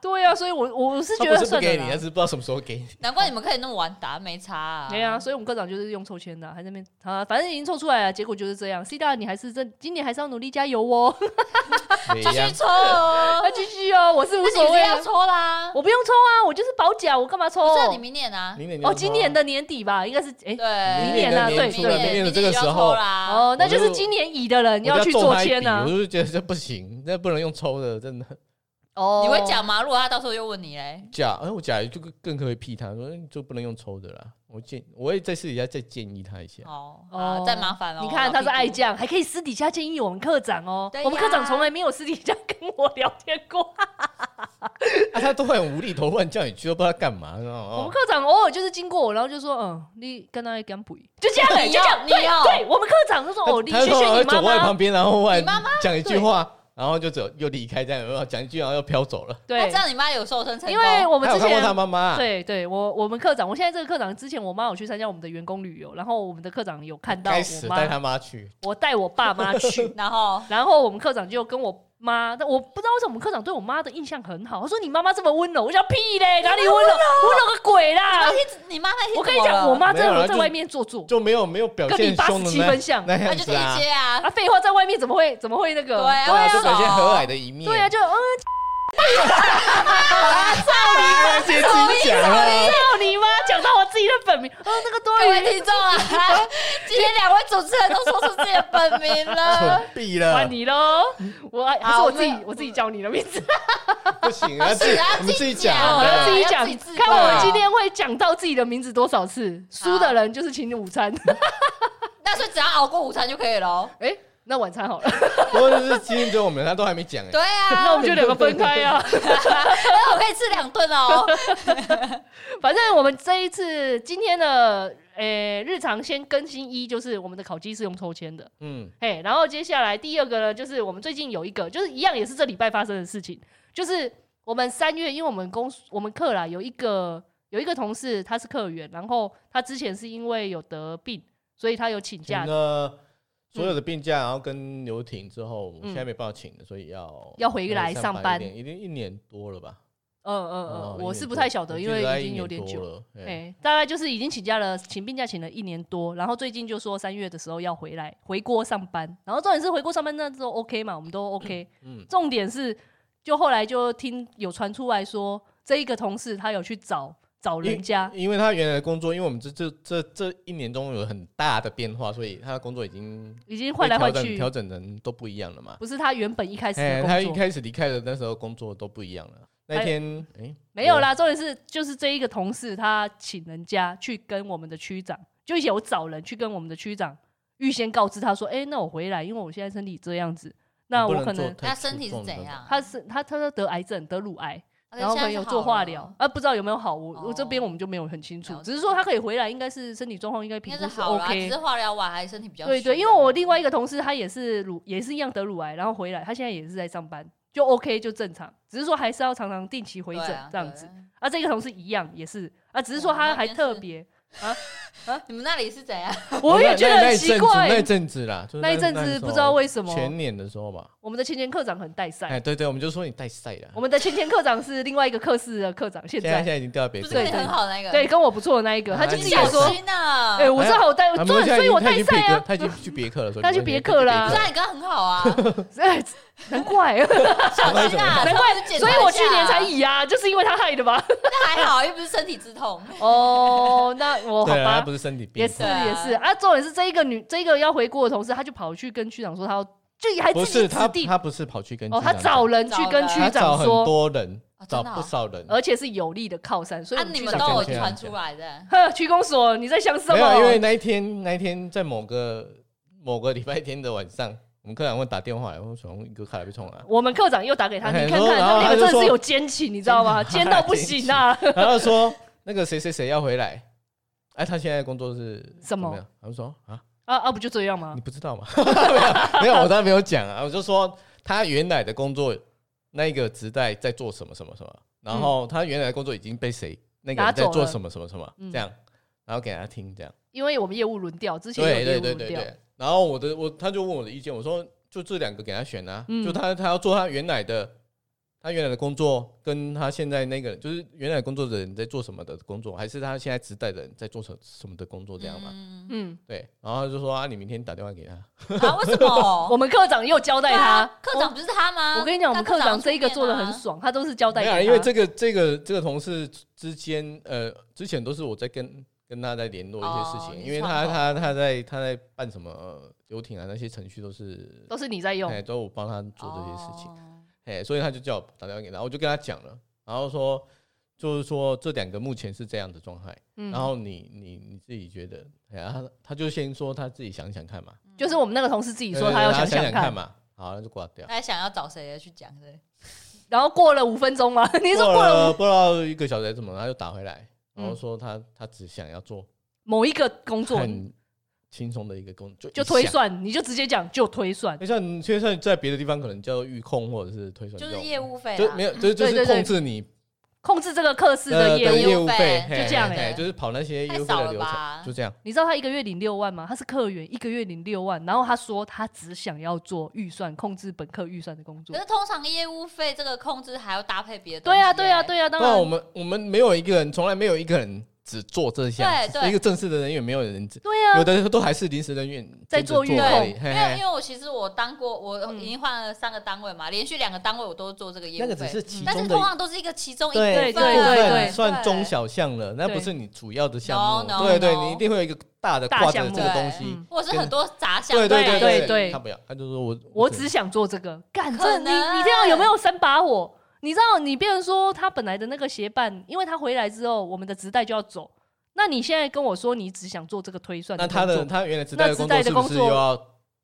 A: 对啊，所以我我是觉
B: 欸他
A: 得
B: 不是不
A: 算了
B: 给你，他
A: 啦。
B: 是不知道什么时候 给你。
D: 难怪你们可以那么晚打，没差、啊。
A: 对啊，所以我们科长就是用抽签的啊，还在那边啊，反正已经抽出来了，结果就是这样。C 大，你还是这今年还是要努力加油哦，
B: 一
D: 继续
B: 样，
D: 抽哦
A: 要， 继续哦，我是无
D: 那你
A: 所
D: 一
A: 谓
D: 定
A: 啊
D: 要，抽啦。
A: 我不用抽啊，我就是保甲，我干嘛抽？
D: 不是你明年啊，
B: 明年就
A: 哦，
B: 要抽
A: 今年的年底吧，应该是哎、
D: 对，
A: 明年啊
B: 明
A: 对
B: 年的年
D: 明
B: 初了
A: 对
B: 明年
D: 明
B: 的
D: 年
B: 这个
D: 就
B: 时
D: 要
B: 候
D: 抽，啦。
A: 哦，那
B: 我就
A: 就是今年乙的人
B: 我
A: 要去
B: 揍
A: 做
B: 他一
A: 签
B: 笔
A: 啊
B: 我。就觉得这不行，那不能用抽的，真的
A: 哦，
D: 你会讲吗？如果他到时候又问你嘞，
B: 假。哎，我假就更更可以屁他说嗯就不能用抽的啦。我建，我也在私底下再建议他一下。
D: 哦，
A: 哦
D: 啊再麻烦哦。
A: 你看
D: 老
A: 他是
D: 屁股
A: 爱，将，还可以私底下建议我们科长哦
D: 对。呀
A: 我们科长从来没有私底下跟我聊天过。
B: 啊，他都会很无厘头，乱叫你去，都不知道干嘛，知道吗
A: 我们
B: 哦
A: 科长偶尔就是经过我，然后就说：“嗯，你跟他干 不？”就这样、欸，
D: 你
A: 就这样。
D: 要
A: 对
D: 你哦要
A: 对，我们科长就说：“哦，你
B: 他哎
A: 学
B: 他
A: 学
B: 会
A: 你妈
B: 走过来旁
A: 妈。
B: 边，然后忽然
D: 你妈妈
B: 讲一句
A: 对
B: 话，然后就走又离开，这样有没有讲一句，然后又飘走了。”
D: 那
A: 对
D: 这，样你妈有瘦身成功？
A: 因为我
B: 我
A: 们
B: 有
A: 之
B: 看过
A: 前
B: 他妈妈啊，
A: 对对，我我们科长，我现在这个科长之前，我妈有去参加我们的员工旅游，然后我们的科长有看到
B: 开始
A: 我
B: 带
A: 妈，
B: 他妈去，
A: 我带我爸妈去，
D: 然后
A: 然后我们科长就跟我妈，但我不知道为什么我们科长对我妈的印象很好，他说你妈妈这么温柔，我想屁嘞，哪里温柔，温柔个鬼啦
D: 那！天啊你妈那天
A: 我跟你
D: 怎么啊
A: 讲，
D: 了
A: 我妈真
B: 没有
A: 的
B: 啦
A: 在
B: 就
A: 外面做作
B: 就没有没有表
A: 跟
B: 现
A: 你
B: 凶的
A: 87
B: 那
A: 分像
B: 那
D: 她
B: 样
D: 就
B: 子
D: 是一
B: 啊。
D: 些啊，
A: 啊，废话，在外面怎么会怎么会那个？
D: 对啊，
B: 对啊，就表现和蔼
D: 我
B: 的一面。
A: 对啊，就嗯，
B: 啊，先听讲啊，
A: 操你妈！讲到我自己的本名，哦，那个多
D: 各位
A: 余，
D: 听众啊，今天两位主持人都说出自己的本 名了。
B: 蠢毙
A: 换
B: 了，
A: 你喽！我还是
D: 好
A: 我自
D: 我
A: 己
D: 们
A: 我自己叫你的名 字，
B: 不行啊，自己
D: 是啊
B: 我们自己
D: 好
B: 讲
A: 我
D: 的
A: 要
B: 的
A: 自己
D: 要
A: 讲
D: 自己自。
A: 看
D: 爆
A: 我今天会讲到自己的名字多少次，输的人就是请你午餐，
D: 那所以只要熬过午餐就可以了。哦
A: 哎，那晚餐好了，
B: 不过就是今天只有我们，他都还没讲哎
D: 对。啊，
A: 那我们就两个分开啊。
D: 那我可以吃两顿 哦。
A: 反正我们这一次今天的诶、日常先更新一，就是我们的烤鸡是用抽签的，
B: 嗯，
A: 嘿，然后接下来第二个呢，就是我们最近有一个，就是一样也是这礼拜发生的事情，就是我们三月，因为我们公我们课啦有一个有一个同事他是客员，然后他之前是因为有得病，所以他有请假
B: 请了所有的病假，然后跟留停之后，我现在没办法请了，所以要
A: 要回来
B: 上
A: 上班
B: 一年已经一年多了吧？
A: 嗯嗯
B: 哦
A: 嗯，
B: 一
A: 我
B: 年
A: 是不
B: 多
A: 太晓得，
B: 我
A: 因
B: 记
A: 为
B: 得大概
A: 已
B: 一
A: 经
B: 年
A: 有点
B: 多
A: 久了。
B: 了。
A: 哎、
B: 哎
A: 大概就是已经请假了，请病假请了一年多，然后最近就说三月的时候要回来回国上班，然后重点是回国上班那时候 OK 嘛，我们都 OK，
B: 嗯，
A: 重点是就后来就听有传出来说，这一个同事他有去找找人家，
B: 因为他原来的工作，因为我们这这这这一年中有很大的变化，所以他的工作已经
A: 已经
B: 被
A: 换来
B: 调
A: 换
B: 整
A: 去，
B: 调整人都不一样了嘛。
A: 不是他原本一开始的
B: 哎，他
A: 工
B: 一
A: 作，
B: 开始离开的那时候工作都不一样了。那一
A: 还
B: 天，哎，
A: 没有啦，重点是就是这一个同事他请人家去跟我们的区长，就有找人去跟我们的区长预先告知他说，哎、那我回来，因为我现在身体这样子，那
B: 你不
A: 我可
B: 做
A: 能。
B: 太
D: 他
B: 出
D: 身体是
B: 众的
D: 怎
B: 那种
D: 样？
A: 他是他他说得癌症得乳癌，然后可能有做化疗，啊，不知道有没有好，我我这边
D: 哦
A: 我们就没有很清楚
D: 了，解
A: 只是说他可以回来，应该是身体状况应该
D: 应
A: 评
D: 该
A: 估
D: 是
A: 是
D: 好啦，只
A: OK
D: 是。化疗完还身体比较虚
A: 对对，因为我另外一个同事他也是乳也是一样得乳癌，然后回来，他现在也是在上班，就 OK 就正常，只是说还是要常常定期回诊
D: 对啊
A: 这样子。
D: 对
A: 啊，这个同事一样也是啊，只是
D: 我
A: 说
D: 们
A: 他
D: 那
A: 还
D: 边
A: 特
D: 是
A: 别，
D: 你们那里是怎样？
A: 我
B: 那
A: 也觉得
B: 那那
A: 很
B: 一
A: 奇
B: 阵子那一
A: 怪。
B: 阵子啦，就是
A: 那一阵
B: 时
A: 子不
B: 候
A: 知道为什么，
B: 前年的时候吧。
A: 我们的芊芊科长很带
B: 哎，
A: 赛，
B: 对对，我们就说你带赛啦
A: 我。们的芊芊科长是另外一个科室的科长，现
B: 现在现
A: 在
B: 在已经掉到别
D: 不
B: 队
D: 是跟你
B: 了，
D: 很好的那个？
A: 对，跟我不错的那一个，
B: 啊
A: 他就
B: 你
A: 自己
B: 小
A: 也说
D: 小，心啊！
A: 哎，我
B: 哎
A: 是好带，
B: 啊
A: 对，所以我带赛啊，
B: 他已经去别克了，
A: 他去别克了啊
D: 不是啊，你刚刚很好 啊，
A: 哎，难 怪，
D: 小心啊！
A: 难
D: 怪，
A: 所以我去年才乙啊，就是因为他害的 吧？
D: 那还好，又不是身体之痛。
A: 哦，那 我好
B: 对
A: 吧
B: 啊，他不，是身体病
A: 也，是
D: 对啊
A: 也是啊。重点是这一个女，这一个要回国的同事，她就跑去跟区长说，她要就还
B: 不
A: 自己
B: 是他
A: 指定
B: 他不是跑去跟
A: 哦，
B: 区
A: 她
B: 长
A: 找
B: 讲
A: 人去跟区
B: 他找
A: 长
B: 很
A: 说，
B: 多人，
D: 哦
B: 找
D: 真的啊
B: 不少人，
A: 而且是有力的靠山， 所以
D: 啊，
A: 我
D: 你
A: 区
D: 们
A: 长
D: 都
A: 才
D: 有
A: 会
B: 去
D: 传出来的，
A: 呵，区公所你在想什
B: 没有，因为
A: 么？哦
B: 那一天那一天在某个某个礼拜天的晚上， 我们科长会打电话来，我从一个卡来被冲啊，
A: 我们科长又打给他，
B: 哎
A: 你看看
B: 然后
A: 他们两
B: 他
A: 个真
B: 就
A: 的是
B: 说
A: 有奸情，你知道 吗？奸到不行啊！
B: 然后说那个谁谁谁要回来，哎，他现在的工作是
A: 什么
B: 怎样？他就说啊，
A: 啊啊，不就这样吗
B: 你？不知道吗？ 没有，没有，我当然没有讲啊，我就说他原来的工作那一个职代在做什么什么什么，然后他原来的工作已经被谁那个
A: 嗯拿
B: 人
A: 走
B: 在
A: 了
B: 做什么什么什么
A: 嗯
B: 这样，然后给他听这样，
A: 因为我们业务轮调，之前
B: 对
A: 有业
B: 对
A: 务
B: 对
A: 轮
B: 对
A: 调，
B: 对。然后我的我他就问我的意见，我说就这两个给他选啊，
A: 嗯
B: 就他他要做他原来的，他原来的工作跟他现在那个就是原来工作的人在做什么的工作，还是他现在职代的人在做什什么的工作这样嘛？
D: 嗯
A: 嗯，
B: 对，然后他就说啊，你明天打电话给他，
D: 啊，为什 么？
A: 我们科长又交代
D: 对
A: 他
D: 啊，科长不是他吗？
A: 我跟你讲，我
D: 大
A: 们科长
D: 出
A: 这一个
D: 面
A: 做的
D: 啊
A: 很爽，他都是交代
B: 没
A: 给
B: 有
A: 他。
B: 啊，因为这个这个这个同事之间，呃，之前都是我在跟跟他在联络一些事
D: 哦
B: 情，
D: 你
B: 因为
D: 串
B: 他
D: 通
B: 他他在他在办什么呃游艇啊那些程序都是，
A: 都是你在用，
B: 哎，都我帮他做这些事情，
D: 哦
B: 哎，所以他就叫我打电话给他，我就跟他讲了，然后说就是说这两个目前是这样的状态，
A: 嗯
B: 然后你你你自己觉得，哎呀，他他就先说他自己想想看嘛，
A: 就是我们那个同事自己
B: 你
A: 说他要
B: 想
A: 想
B: 看
A: 看，
B: 嘛，好，那就挂掉。
D: 他还想要找谁去讲的？
A: 然后过了五分钟嘛，你是说
B: 过
A: 过了
B: 了
A: 五
B: 不知道一个小时还是怎么，他就打回来，然后
A: 嗯
B: 说他他只想要做
A: 某一个工作
B: 很轻松的一个工作，
A: 就
B: 一
A: 推
B: 项。
A: 算，你就直接讲就推算，
B: 推算推算在别的地方可能叫预控或者是推算
D: 就
B: 这
D: 是
B: 种，
D: 业务费
B: 就
D: 啦
B: 没。有就就
A: 啊对对
B: 是
A: 对
B: 控制你
A: 控制这个课室
B: 呃
A: 的业务。
B: 业
D: 务
B: 务
D: 费
B: 费，嘿
A: 就这样
B: 嘿
A: 欸
B: 嘿就是跑那些
D: 太
B: 业务费
D: 少
B: 的
D: 了
B: 流
D: 吧
B: 程，就这样。
A: 你知道他一个月领六万吗？他是客员，一个月领六万。然后他说他只想要做预算，控制本课预算的工作
D: 可。是通常业务费这个控制还要搭配别的东
A: 对
D: 西
A: 呀、
D: 欸
A: 对呀、啊对呀、当
B: 不然我
A: 然，
B: 们我们没有一个人，从来没有一个人只做这项
D: 对，对
B: 一个正式的人员没有人只，
A: 对啊呀、
B: 有的都还是临时人员
A: 在
B: 跟着
A: 做预
B: 而已
A: 控
B: 嘿
D: 因为
B: 嘿
D: 因为我其实我当过，我
A: 嗯
D: 已经换了三个单位嘛，连续两个单位我都做这个业
B: 那
D: 务
B: 个只
D: 费嗯
B: 是，其
D: 但是
B: 中的
D: 通常都是一个其中一
A: 对对
B: 对
D: 部分
A: 对
D: 啊
A: 对
B: 分算中
D: 对
B: 小项了，那
A: 对
B: 不是你主要的项
D: No,
B: 目。
D: no,
B: 对对，
D: no
B: 你一定会有一个大的
A: 大
B: 挂
A: 项
B: 着
A: 目
B: 这个东
D: 对
B: 西
A: 嗯，
D: 或者是很多杂项
B: 对对
A: 对对
B: 对
A: 对
B: 他不要，他就说我
A: 我
B: 只
A: 只想做这个。干
D: 可
A: 这你
D: 能
A: 你这样有没有三把火？你知道，你变成说他本来的那个协办，因为他回来之后，我们的职代就要走。那你现在跟我说你只想做这个推算
B: 那
A: 的
B: 他
A: 工作，
B: 的他原来职
A: 那
B: 代的
A: 职
B: 工
A: 代的
B: 作是不
A: 工
B: 是
A: 作
B: 又要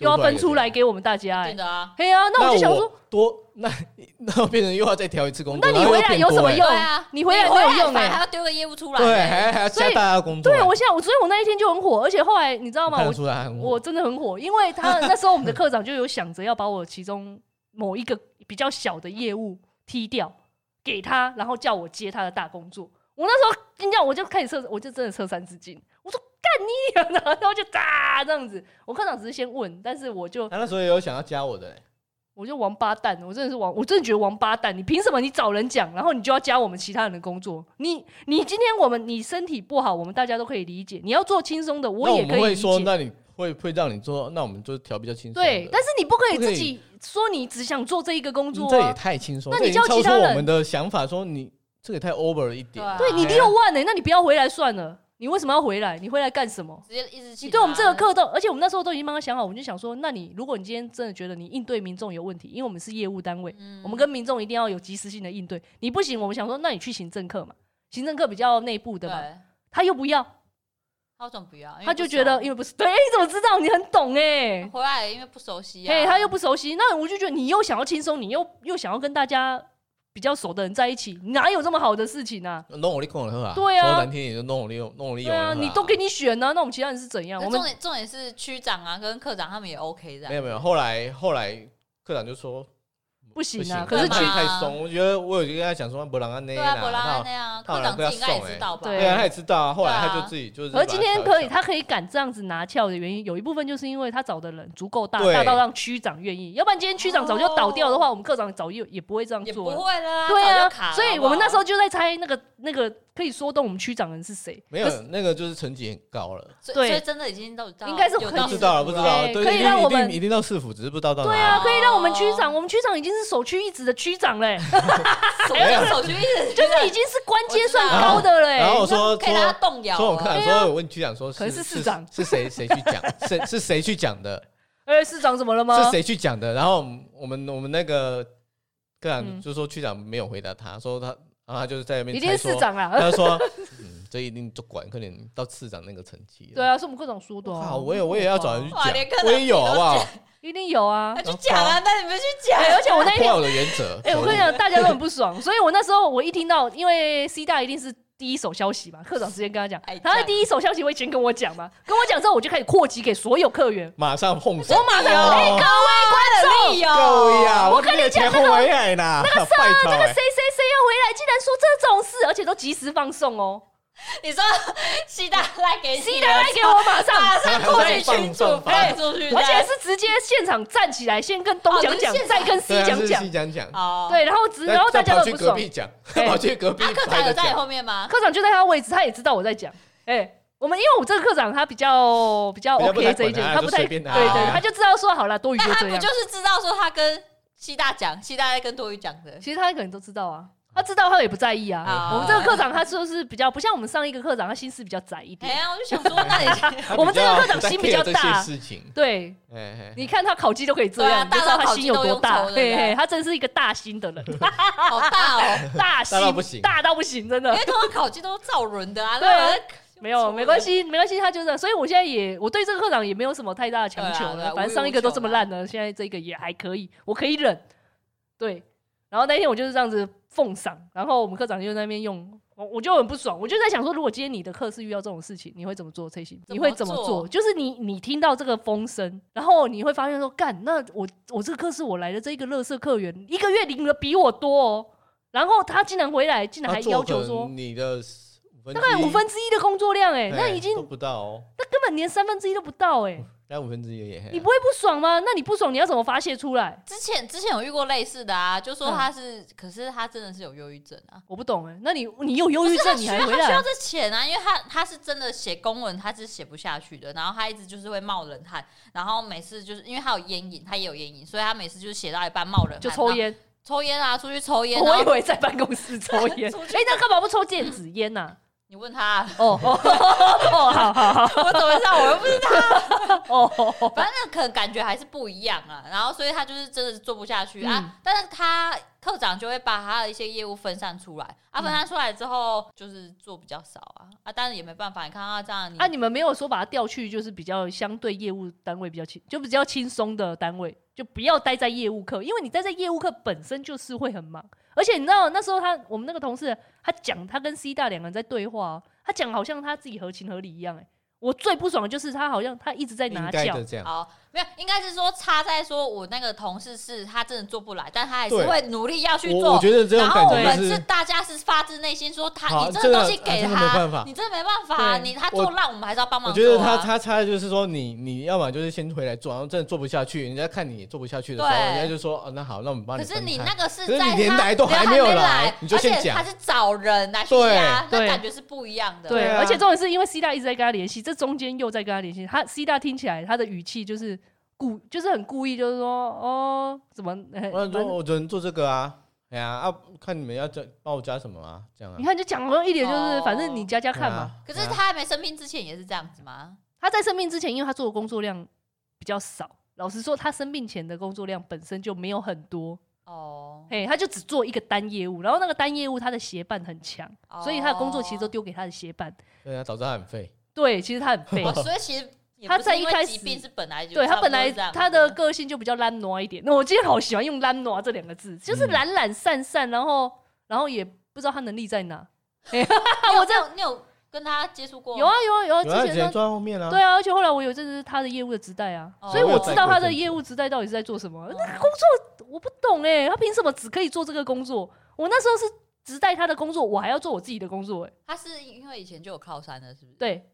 A: 又要分出
B: 出
A: 来？给我们大家、
D: 对
A: 哎，
D: 的啊，
A: 嘿呀、那我就想说，
B: 多那 那我变成又要再调一次工作，
A: 那你
B: 然后
A: 回
B: 又
A: 来
B: 变
A: 有
B: 多
A: 什么
B: 欸
A: 用
D: 对啊，
A: 你回来没有用
D: 反
A: 欸
D: 而还要丢个业务出来欸，
B: 对，还还要
A: 所以
B: 加大家工作欸。
A: 对我现在我，所以我那一天就很火，而且后来你知道
B: 我
A: 吗？
B: 看
A: 我
B: 得出来很
A: 我真的很火，因为他那时候我们的科长就有想着要把我其中某一个比较小的业务踢掉给他，然后叫我接他的大工作。我那时候跟你讲，我就开始测，我就真的测三字经，我说干你娘啊的，然后就哒这样子。我科长只是先问，但是我就
B: 他那时候也有想要加我的欸，
A: 我就王八蛋，我真的是王，我真的觉得王八蛋。你凭什么你找人讲，然后你就要加我们其他人的工作？你你今天我们你身体不好，我们大家都可以理解。你要做轻松的，
B: 那
A: 也
B: 我
A: 可
B: 们
A: 以
B: 会
A: 理解。
B: 说，那你会会让你做，那我们就调比较轻松的。
A: 对，但是你不可以
B: 不可
A: 自
B: 以
A: 己说你只想做这一个工作、
B: 嗯
A: 啊，
B: 这也太轻松，
A: 那
B: 这
A: 你
B: 已经
A: 叫
B: 超
A: 其
B: 出
A: 他
B: 我
A: 人
B: 们的想法，说你这个也太 over 了一点了。
D: 对啊
A: 对你
B: 哎呀
A: 六万呢、那你不要回来算了。你为什么要回来？你回来干什么？
D: 直接一直请
A: 你对我们
D: 啊
A: 这个课都，而且我们那时候都已经帮他想好，我们就想说，那你如果你今天真的觉得你应对民众有问题，因为我们是业务单位，
D: 嗯
A: 我们跟民众一定要有及时性的应对。你不行，我们想说，那你去行政课嘛，行政课比较内部的嘛，
D: 对，
A: 他又不要，
D: 他总不要，因为
A: 他就
D: 不熟
A: 觉得因为不是对，哎你怎么知道？你很懂哎、
D: 回来因为不熟悉啊，
A: 嘿，他又不熟悉，那我就觉得你又想要轻松，你又又想要跟大家比较熟的人在一起，哪有这么好的事情啊？
B: 弄我利空了啊！
A: 对啊
B: 说难听一点就弄我利用，弄我利
A: 对
B: 用了
A: 啊，
B: 啊。
A: 你都给你选呢、啊，那我们其他人是怎样？
D: 可
A: 我
D: 是
A: 们
D: 重点重点是区长啊跟科长他们也 OK 的，
B: 没有没有。后来后来科长就说
A: 不行
B: 不行
A: 啊，
B: 啊，
A: 可是
D: 干
B: 距
D: 嘛
B: 离太松。我觉得我有就跟他讲说，不让安内
D: 对啊，
B: 啦，
D: 伯拉那
B: 那
D: 样，
B: 他好
D: 科
B: 像
D: 长自己应
B: 跟
D: 该
B: 他
D: 也
B: 送
D: 知道吧？
A: 欸
B: 对啊，他也知道啊。后来他
D: 对啊
B: 就自己就是把
A: 而
B: 它
A: 今
B: 调一调。
A: 天可以，他可以敢这样子拿翘的原因，有一部分就是因为他找的人足够大，
B: 对
A: 大到让区长愿意。要不然今天区长早就倒掉的话，我们科长早也也不会这样
D: 哦也不
A: 做了。
D: 会啦，
A: 对
D: 早
A: 啊
D: 就卡，了
A: 所以我们那时，
D: 好
A: 候就在猜那个那个可以说动我们区长人是谁。
B: 没
A: 可是
B: 有那个就是成绩很高了。
D: 不好所
A: 对
D: 以所以真的已经都
A: 应该是
D: 有
A: 可以
D: 到
B: 不知
D: 市
B: 道了，
D: 府
B: 不知道了，
A: 哎
B: 对，
A: 可以
B: 一定
A: 让我
B: 一定
A: 们
B: 一定到市府，只是不知道到哪。
A: 对啊，
D: 哦
A: 可以让我们区长，我们区长已经是首区一职的区长嘞、
D: 什么叫手续一 直
A: 就是已经是官阶算
D: 我知
B: 道
A: 高的欸嘞、
B: 然后说
D: 可以让他
B: 说
D: 动摇
B: 所以
D: 哦，
B: 我看，所以我问局长说，
A: 啊可能是市长
B: 是谁谁去 讲，谁是谁去讲的，
A: 哎、市长怎么了吗？
B: 是谁去讲的？然后我们我们那个科
A: 嗯
B: 长就说区长没有回答他，说他，然后他就是在那边
A: 已经
B: 猜
A: 是
B: 说
A: 市，长啦。
B: 他就 说，嗯，这一定就管，可能到市长那个成绩。
A: 对，啊，是我们科长说的、啊。
B: 好，我也我也要找人去
D: 哇连科
B: 讲，
D: 长
B: 我也有
D: 自己
B: 好
D: 都
B: 不好？
A: 一定有啊
B: 哦
D: 哎。去讲啊，那你们去讲
A: 哎、，而且我那一
B: 破坏
A: 天，
B: 我的原则。
A: 哎、我跟你讲，大家都很不爽，所以我那时候我一听到，因为 C 大一定是第一手消息嘛，科长直接跟他讲
D: 哎，
A: 他在
D: 这样
A: 第一手消息会先跟我讲嘛，跟我讲之后，我就开始扩及给所有客源。
B: 马上碰上，我马上
D: 哦他的力
B: 各位
D: 哦，
B: 啊，我跟你讲，红维爱啦，拜托
A: 这个谁
B: 哎
A: 谁谁要回来，竟然说这种事，而且都及时放送哦。
D: 你说西大赖给你
A: 西大来给我马上，
D: 马上过去群主
B: 放放
D: 派出去，
A: 而且是直接现场站起来，先跟东讲讲
D: 哦是现，场
A: 再跟西
B: 对啊
A: 讲
B: 是
A: 讲
B: 西，讲讲，
D: 哦，
A: 对，然后直然后大
B: 再
A: 家
B: 跑
A: 都
B: 去
A: 不
B: 隔
A: 爽，
B: 壁讲，
A: 哎
B: 跑去隔壁
D: 啊，科
B: 拍
D: 长有
B: 的
D: 在你
B: 讲，
D: 后面吗？
A: 科长就在他位置，他也知道我在讲，哎、我们因为我这个科长他比较比较
B: 比较不太
A: OK 这一
B: 管
A: 点，
B: 啊他
A: 他
B: 就
A: 不太对
B: 随便啊
A: 对，
B: 他
A: 对他就知道说好了，多余
D: 那
A: 就
D: 哎他
A: 这
D: 不
A: 样
D: 就。是知道说他跟西大讲，西大在跟多余讲 的？
A: 其实他可能都知道啊，他知道他也不在意啊。
D: 啊
A: 我们这个科长他就是比较不像我们上一个科长，他心思比较窄一
D: 哎
A: 点。
D: 呀，我就想说，那你
B: 他
A: 我们这个
B: 比较
A: 科长
B: 不太
A: 心比较
B: care 这
A: 大
B: 些事情，
A: 对，
B: 哎，
A: 你看他考绩都可以这样，你
D: 对啊
A: 就知道他心有多
D: 大
A: 大。
D: 到考绩都用
A: 嘿
D: 愁
A: 嘿，
D: 的
A: 他真是一个大心的 人，
D: 好大哦，
A: 大心
B: 大到不行
A: 大到不行，真
D: 因
A: 的
D: 为通常考绩都是造人的啊，
A: 对啊
D: 那我
A: 没有没关系，没关系，他就这样。所以我现在也我对这个科长也没有什么太大的强求
D: 对啊对啊
A: 了，反正上一个都这么烂了，现在这个也还可以，我可以忍。对，然后那天我就是这样子奉上，然后我们科长就在那边用，我我就很不爽，我就在想说，如果今天你的课是遇到这种事情，你会怎么做？崔心，
D: 怎
A: 你
D: 么
A: 会怎么做？
D: 做
A: 就是你你听到这个风声，然后你会发现说，干，那我我这个课是我来的这一个乐色客源，一个月领的比我多哦，然后他竟然回来，竟然还
B: 他
A: 要
B: 做
A: 求
B: 可
A: 说
B: 能。你的五分
A: 大概
B: 之一
A: 五分之一的工作量、欸，哎，那
B: 哎
A: 已
B: 都
A: 经
B: 不到哦，
A: 那根本连三分之一都不到哎、
B: 大概五分之一也，
A: 你不会不爽吗？那你不爽你要怎么发泄出来？
D: 之前之前有遇过类似的啊，就说
A: 嗯
D: 他是，可是他真的是有忧郁症啊。
A: 我不懂哎、那你你有忧郁
D: 不是
A: 症
D: 他
A: 你
D: 需
A: 还
D: 要
A: 哎回
D: 他需
A: 来
D: 要？这钱啊，因为他他是真的写公文，他是写不下去的，然后他一直就是会冒冷汗，然后每次就是因为他有烟瘾，他也有烟瘾，所以他每次就是写到一半冒冷汗，
A: 就抽烟，
D: 抽烟啊，出啊去抽烟。
A: 我
D: 然
A: 以
D: 后
A: 为在办公室抽 烟。
D: 出去
A: 哎、那干嘛不抽电子烟呐、
D: 你问他啊，
A: 哦哦哦，好好好，
D: 我怎么知道？我又不知道。
A: 哦哦哦，
D: 反正那可能感觉还是不一样啊。然后所以他就是真的是做不下去、
A: 嗯
D: 啊。但是他科长就会把他的一些业务分散出来，
B: 嗯
D: 啊，分散出来之后就是做比较少啊啊，但是也没办法，你看他这样，你
A: 啊，你们没有说把他调去就是比较相对业务单位比较轻，就比较轻松的单位，就不要待在业务课，因为你待在业务课本身就是会很忙，而且你知道那时候他我们那个同事他讲他跟 C 大两个人在对话哦、他讲好像他自己合情合理一样、欸，我最不爽的就是他好像他一直在拿
B: 应该
A: 脚
B: 的，这样，
D: 好，没有，应该是说差在说我那个同事是他真的做不来，但他还是
B: 对
D: 会努力要去
B: 我
D: 做
B: 我。觉得这种
D: 然
B: 感
D: 后我
B: 觉
D: 们
B: 就是是
D: 大家是发自内心说他，
B: 好
D: 你
B: 这
D: 真
B: 个
D: 的东西给
B: 啊真的没办
D: 他
B: 法，
D: 你真的没办法，啊
A: 对
D: 你他
B: 我
D: 做烂，我们还是要帮忙
B: 我
D: 做
B: 觉
D: 啊。
B: 得他他差的就是说你，你要么就是先回来做，然后真的做不下去，人家看你也做不下去的时候，
D: 对
B: 人家就说，哦，那好，那我们帮
D: 可
B: 你
D: 是
B: 分
D: 你
B: 摊
D: 那个是
B: 可是
D: 在
B: 你连
D: 他
B: 来都
D: 连
B: 还没
D: 没
B: 有来
D: 来，
B: 你就先讲
D: 而且他是找人啊来去
B: 对
D: 压，那
A: 对
D: 感觉是不一样的。
A: 对，
B: 对啊
A: 而且重点是因为 C 大一直在跟他联系，这中间又在跟他联系。他 C 大听起来他的语气就是故，就是很故意，就是说哦，怎么？呃
B: 我想
A: 反
B: 说
A: 正
B: 我只能做这个啊，哎呀啊，看你们要加帮我加什么啊，这样啊
A: 你，看就讲了一点，就是
D: 哦
A: 反正你加加
B: 对啊
A: 看嘛。
D: 可
B: 对
D: 是
B: 啊
D: 他还没生病之前也是这样子吗？
A: 他在生病之前，因为他做的工作量比较少，老实说，他生病前的工作量本身就没有很多，
D: 哦，
A: 嘿，他就只做一个单业务，然后那个单业务他的协办很强，所以他的工作其实
D: 哦
A: 都丢给他的协办。
B: 对啊，导致他很废，
A: 对，其实他很废。
D: 哦， 所以其实也
A: 他
D: 不是
A: 在
D: 因
A: 一
D: 为
A: 开
D: 疾
A: 始
D: 病是本来就
A: 对
D: 差
A: 他
D: 不
A: 本
D: 多
A: 来
D: 是这样
A: 他
D: 子啊
A: 的个性就比较懒惰一点。那我今天好喜欢用懒惰这两个字，就是
B: 嗯
A: 懒懒散散，然后然后也不知道他能力在哪。
D: 你有
A: 我这
D: 你有你有跟他接触过？
A: 有啊，有啊
D: 哦
A: 有啊，
B: 有
A: 之
B: 啊，直接
A: 前
B: 坐
A: 他
B: 在后面啊，
A: 对啊，而且后来我有一阵子是他的业务的职代啊，
D: 哦
A: 所以我知道他
B: 我有带过一阵
A: 的
B: 子
A: 业务职代到底是在做什么。
D: 哦
A: 那个工作我不懂哎、他凭什么只可以做这个工作？我那时候是职代他的工作，我还要做我自己的工作哎、
D: 他是因为以前就有靠山了，是不是？
A: 对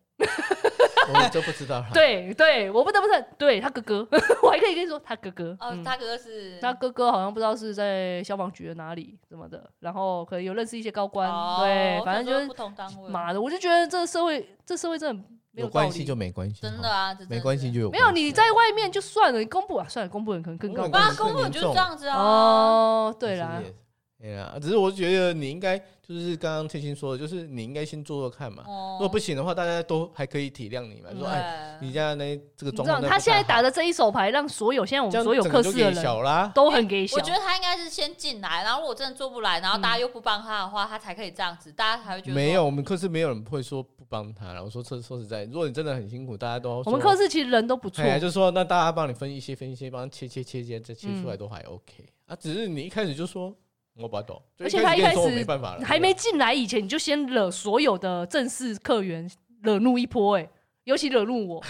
B: 我就不知 道了。
A: 对对，我不得不承认，对他哥哥， 我还可以跟你说他哥哥。
D: 哦
A: 嗯，
D: 他哥是
A: 他哥哥好像不知道是在消防局的哪里什么的，然后可能有认识一些高官，
D: 哦
A: 对，
D: 我
A: 反正
D: 想说
A: 就是
D: 不同单位，
A: 妈的，我就觉得这个社会这社会真的没
B: 有
A: 道理。
B: 关系就没关系，
D: 真的啊，这真的
B: 没关系
D: 是
B: 就有
A: 没
B: 关系，
A: 有你在外面就算了，你公布啊，算了，公布人可能更高
B: 公布
A: 官
B: 人
D: 哇，公布就是这样子啊。
A: 哦，对
B: 其实
A: 啦
B: 也，，对啦，只是我觉得你应该就是刚刚天心说的，就是你应该先做做看嘛，
D: 哦
B: 如果不行的话，大家都还可以体谅你嘛，说哎，
D: 对
B: 你家那这
A: 你
B: 个
A: 知
B: 状
A: 道
B: 况，
A: 他现在打的这一手牌，让所有现在我
B: 这
A: 们
B: 样
A: 所有
B: 整
A: 科
B: 个就
A: 室的
B: 给
A: 人
B: 小啦，
A: 都很给小
D: 我，觉得他应该是先进来，然后如果真的做不来，然后大家又不帮他的话，他才可以这样子，大家才会觉得说
B: 嗯没有，。我们科室没有人会说不帮他了。我说说说实在，如果你真的很辛苦，大家都
A: 我们
B: 说
A: 科室其实人都不错
B: 哎，呀，就说那大家帮你分一些分一些，帮他切切切切，这切出来都还 OK、啊。只是你一开始就说我不懂，就
A: 而且他一
B: 跟你
A: 开
B: 说我
A: 始
B: 没办法了，
A: 还没进来以前，你就先惹所有的正式客欸 源惹怒一波，哎，尤其惹怒我，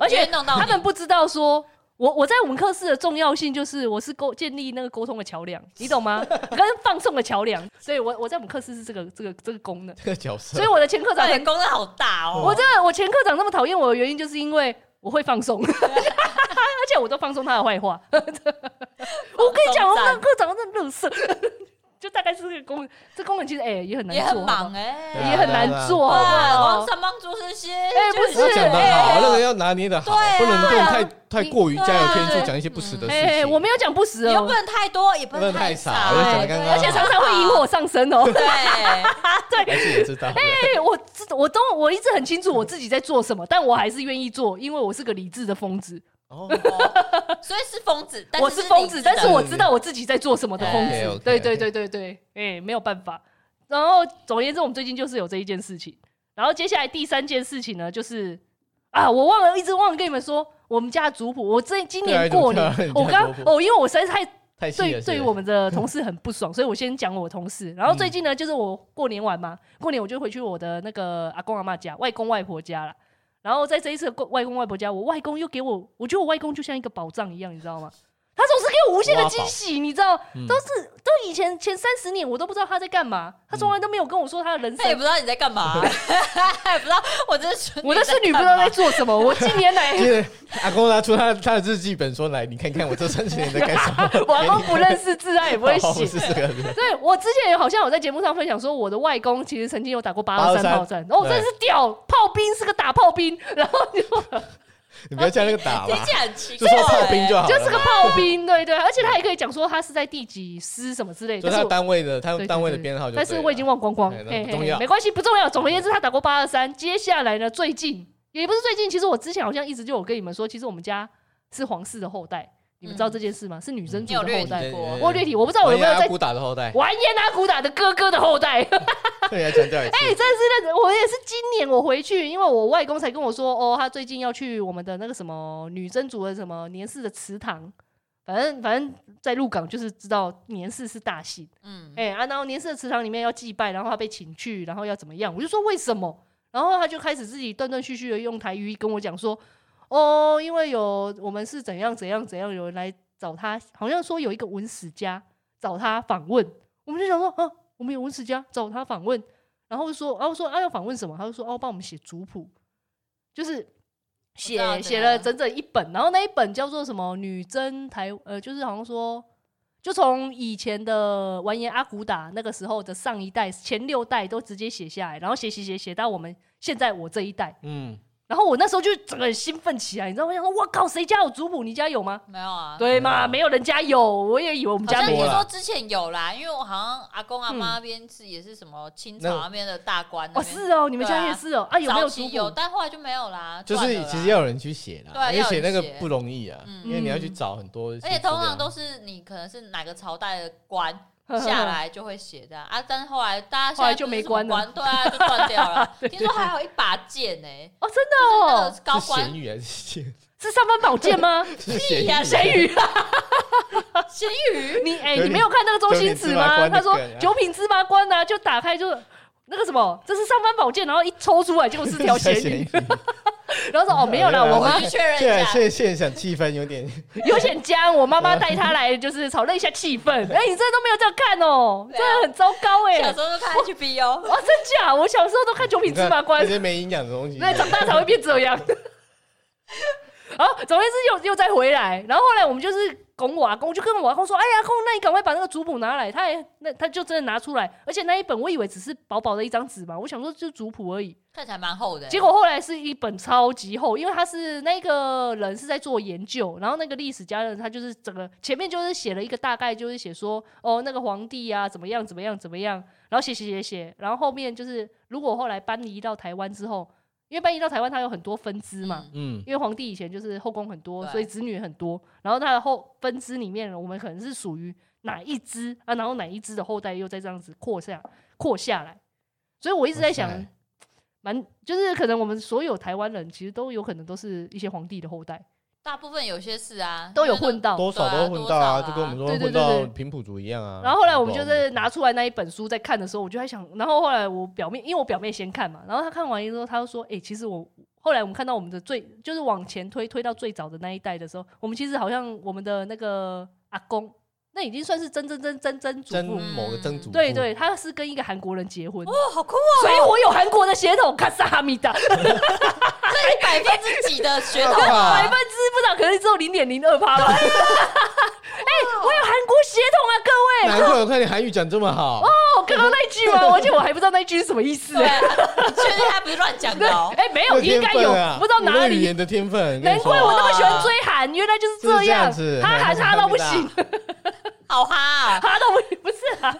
A: 而且
D: 因为弄到
A: 他
D: 你
A: 们不知道说我我在文科室的重要性就是我是沟建立那个沟通的桥梁，你懂吗？ 跟放送的桥梁，所以我我在文科室是这个这个这个功能，
B: 这个角色
A: 所以，我的前科长
D: 对，
A: 很
D: 功能好大
B: 嗯
D: 哦。
A: 我真的，我前科长那么讨厌我的原因，就是因为我会放松， 而且我都放松他的坏话。 我跟你讲，我们那个科长真的乐色， 就大概是这个功能，这功能其实哎、也很难
D: 也
A: 做，
D: 很忙
B: 对啊
D: 哎、
A: 也很难做，好不
D: 哇，
A: 好
D: 王？三帮主持些，
A: 哎不
D: 就是
B: 要讲
A: 哎
B: 得好，那个要拿捏的好
D: 对啊，
B: 不能
A: 对
B: 用
A: 啊
B: 太太过于
D: 对啊
B: 加油添
D: 对
B: 醋，讲一些不实的
A: 哎、
B: 事情。
A: 我没有讲不实
D: 你又
A: 哦
D: 不，能太多，也不
B: 不能
D: 能
B: 太
D: 太
B: 少
D: 少，
B: 我就
D: 对
B: 讲得刚刚
A: 而且常常会引火上身哦。
D: 对，
B: 还是也知道的，
A: 对，我知我都我一直很清楚我自己在做什么，但我还是愿意做，因为我是个理智的疯子，
B: 哦，
D: 所以是疯子，但
A: 我
D: 是
A: 是疯子，但是我
B: 对
A: 知道我自己在做什么的疯子。
B: OK，OK，
A: 对对对对对，哎、没有办法。然后总而言之，我们最近就是有这一件事情。然后接下来第三件事情呢，就是啊，我忘了，一直忘了跟你们说，我们家的族谱，我这今年
B: 对啊
A: 过年
B: 你怎么知，道
A: 我
B: 你家
A: 刚
B: 的族谱
A: 哦，因为我实在是太
B: 太细
A: 对
B: 了。
A: 对于
B: 是
A: 我们的同事很不爽， 所以我先讲我同事。然后最
B: 嗯
A: 近呢，就是我过年晚嘛，过年我就回去我的那个阿公阿妈家、外公外婆家了。然后在这一次的过外公外婆家，我外公又给我，我觉得我外公就像一个宝藏一样，你知道吗？他总是给我无限的
B: 挖宝
A: 惊喜，你知道，
B: 嗯
A: 都是都以前前三十年我都不知道他在干嘛，他从来都没有跟我说他的人
D: 他也不
A: 生。
D: 知道你在干嘛，他也不知道我这是
A: 我的孙女不知道在做什么，我近年来
B: 接着阿公拿出他他的日记本说：“来，你看看我这三十年在干什 么。
A: 我阿公不认识字，他也不会
B: 哦
A: 写。
B: 是这个是
A: 对我之前好像有在节目上分享说，我的外公其实曾经有打过八二三
B: 823
A: 炮战，哦，真的是屌炮兵是个打炮兵，然后就
B: 你不要叫那个
A: 啊
B: 打
D: 听
B: 吧
D: 起，来很奇
B: 就
D: 怪，欸
B: 说炮兵就好了嘛。
A: 就是个炮兵，对对，而且他也可以讲说他是在第几师什么之类
B: 就
A: 的，
B: 是
A: 但
B: 他
A: 是我
B: 单位的，他
A: 对对
B: 单位的
A: 对
B: 编号就对
A: 但
B: 了。
A: 是我已经忘光光，
B: 哎那
A: 嘿
B: 不
A: 嘿
B: 重
A: 嘿
B: 要
A: 没关系，不重要。总而言之，他打过八二三，接下来呢，最近也不是最近，其实我之前好像一直就有跟你们说，其实我们家是皇室的后代，你们知道
B: 嗯
A: 这件事吗？是女真族
D: 你有
A: 的
D: 略
A: 后代。
D: 过
B: 对
A: 我略体，我不知道 我有没有
B: 王爷阿
A: 在
B: 古打的后代，
A: 完颜阿骨打的哥哥的后代。
B: 特别强调一次。
A: 哎、真的是那，我也是今年我回去，因为我外公才跟我说，哦，他最近要去我们的那个什么女真族的什么年氏的祠堂，反正反正在鹿港就是知道年氏是大姓，
D: 嗯，
A: 哎、啊，然后年氏的祠堂里面要祭拜，然后他被请去，然后要怎么样？我就说为什么？然后他就开始自己断断续续的用台语跟我讲说，哦，因为有我们是怎样怎样怎样，有人来找他，好像说有一个文史家找他访问，我们就想说啊，我们有文史家找他访问，然后说，然后说啊要访问什么？他就说哦，帮我们写族谱，就是
D: 知道
A: 写
D: 怎
A: 写
D: 样
A: 了整整一本，然后那一本叫做什么女真台呃，就是好像说。就从以前的完颜阿骨打那个时候的上一代、前六代都直接写下来，然后写写写写到我们现在我这一代，
B: 嗯，
A: 然后我那时候就整个人兴奋起来，你知道吗？我想说，我靠，谁家有族谱？你家有吗？
D: 没有啊，
A: 对嘛，
B: 啊
A: 没有人家有，我也以为我们
D: 好
A: 家
D: 像
A: 没
D: 听
B: 多
A: 有。
B: 了
D: 说之前有啦，因为我好像阿公阿妈那边是也是什么清朝那边的大官那
A: 嗯哦，
D: 边，
A: 是哦，你们家
D: 对啊
A: 也是哦，啊，有没
D: 早
A: 有族
D: 期
A: 谱？
D: 有，但后来就没有啦，
B: 就是
D: 断了啦
B: 其实要有人去写啦，
D: 对啊
B: 而且
D: 要有
B: 写那
D: 人
B: 个
D: 写
B: 不容易啊，
D: 嗯
B: 因为你要去找很多一些资
D: 而
B: 料，
D: 且通常都是你可能是哪个朝代的官下来就会写的啊，啊但是后来大家现
A: 后来
D: 在
A: 就
D: 不是
A: 没
D: 什么
A: 关了
D: 官，对啊，就断掉 了。听说还有一把剑呢、
A: 哦，真的
D: 那
A: 哦
D: 个，高
B: 是
D: 官
B: 咸鱼还是咸？
A: 是上官宝剑吗？
B: 是咸
D: 呀
B: 鱼，
A: 咸鱼啊，
D: 咸鱼，
A: 你哎，
B: 九
A: 你
B: 品
A: 没有看那个周星驰吗？
B: 九品芝麻官
A: 他说
B: 那个啊
A: 九品芝麻官啊，就打开就那个什么，这是上官宝剑，然后一抽出来，结果是条咸 鱼，然后说哦，没有啦，
B: 没有啦
A: 我
B: 我
A: 妈
D: 我去确认
B: 啊现在
D: 一下。
B: 现在现场气氛有 点，
A: 有点僵，我妈妈带她来就是炒热一下气氛。哎、你真的都没有这样看哦、
D: 对啊
A: 真的很糟糕哎、
D: 小时候就看 HBO，
A: 哦，真假？我小时候都看《九品芝麻官
B: 这》，些没营养的东西，
A: 对，长大才会变这样。 好，总而言之又又再回来，然后后来我们就是拱我阿公，我就跟我阿公说：“哎呀，阿公，那你赶快把那个族谱拿来。”他也那他就真的拿出来，而且那一本我以为只是薄薄的一张纸嘛，我想说就是族谱而已。
D: 看起来蛮厚的、欸
A: 结果后来是一本超级厚，因为他是那个人是在做研究，然后那个历史家人他就是整个前面就是写了一个大概，就是写说哦那个皇帝啊怎么样怎么样怎么样，然后写写写写，然后后面就是如果后来搬移到台湾之后，因为搬移到台湾它有很多分支嘛，
D: 嗯
B: 嗯，
A: 因为皇帝以前就是后宫很多，
D: 对
A: 所以子女很多。然后他的后分支里面，我们可能是属于哪一支啊？然后哪一支的后代又再这样子扩下扩下来。所以我一直在想
B: 扩下来，
A: 蛮就是可能我们所有台湾人其实都有可能都是一些皇帝的后代，
D: 大部分有些事啊
A: 都有混到。
B: 多少
D: 对啊
B: 都混到啊，
D: 多少啊
B: 就跟我们说
A: 哦对对
B: 混
A: 对对
B: 到平埔族一样啊。
A: 然后后来我们就是拿出来那一本书在看的时候，我就在想，然后后来我表妹，因为我表妹先看嘛，然后她看完之后，她就说：“哎、其实我后来我们看到我们的最就是往前推推到最早的那一代的时候，我们其实好像我们的那个阿公，那已经算是曾曾曾曾曾祖
B: 曾
A: 父，
B: 某个曾
D: 嗯
B: 祖父，
A: 对对，他是跟一个韩国人结婚，
D: 哦，好酷哦！
A: 所以我有韩国的血统，卡萨哈米 达，百
D: 这一百分之几的血统
B: 哇
D: 啊
A: 分？之不知道，可能只有零点零二趴吧。 哎、我有韩国血统啊，各位！
B: 难怪我看你韩语讲这么 好，
A: 哦，刚刚那句 吗？而且我还不知道那句是什么意思、
D: 对啊，你确定他不是乱讲的哦？
A: 哎、没有，
B: 天
A: 应该
B: 分
A: 有，
B: 啊
A: 不知道哪
B: 有那语
A: 里
B: 言的天分，
A: 难怪我那么喜欢追韩，原来就是这样，
B: 啊就是这样子
A: 哈韩哈到不
B: 韩
A: 行，
D: 好哈啊！
A: 哈到不行，不是啊。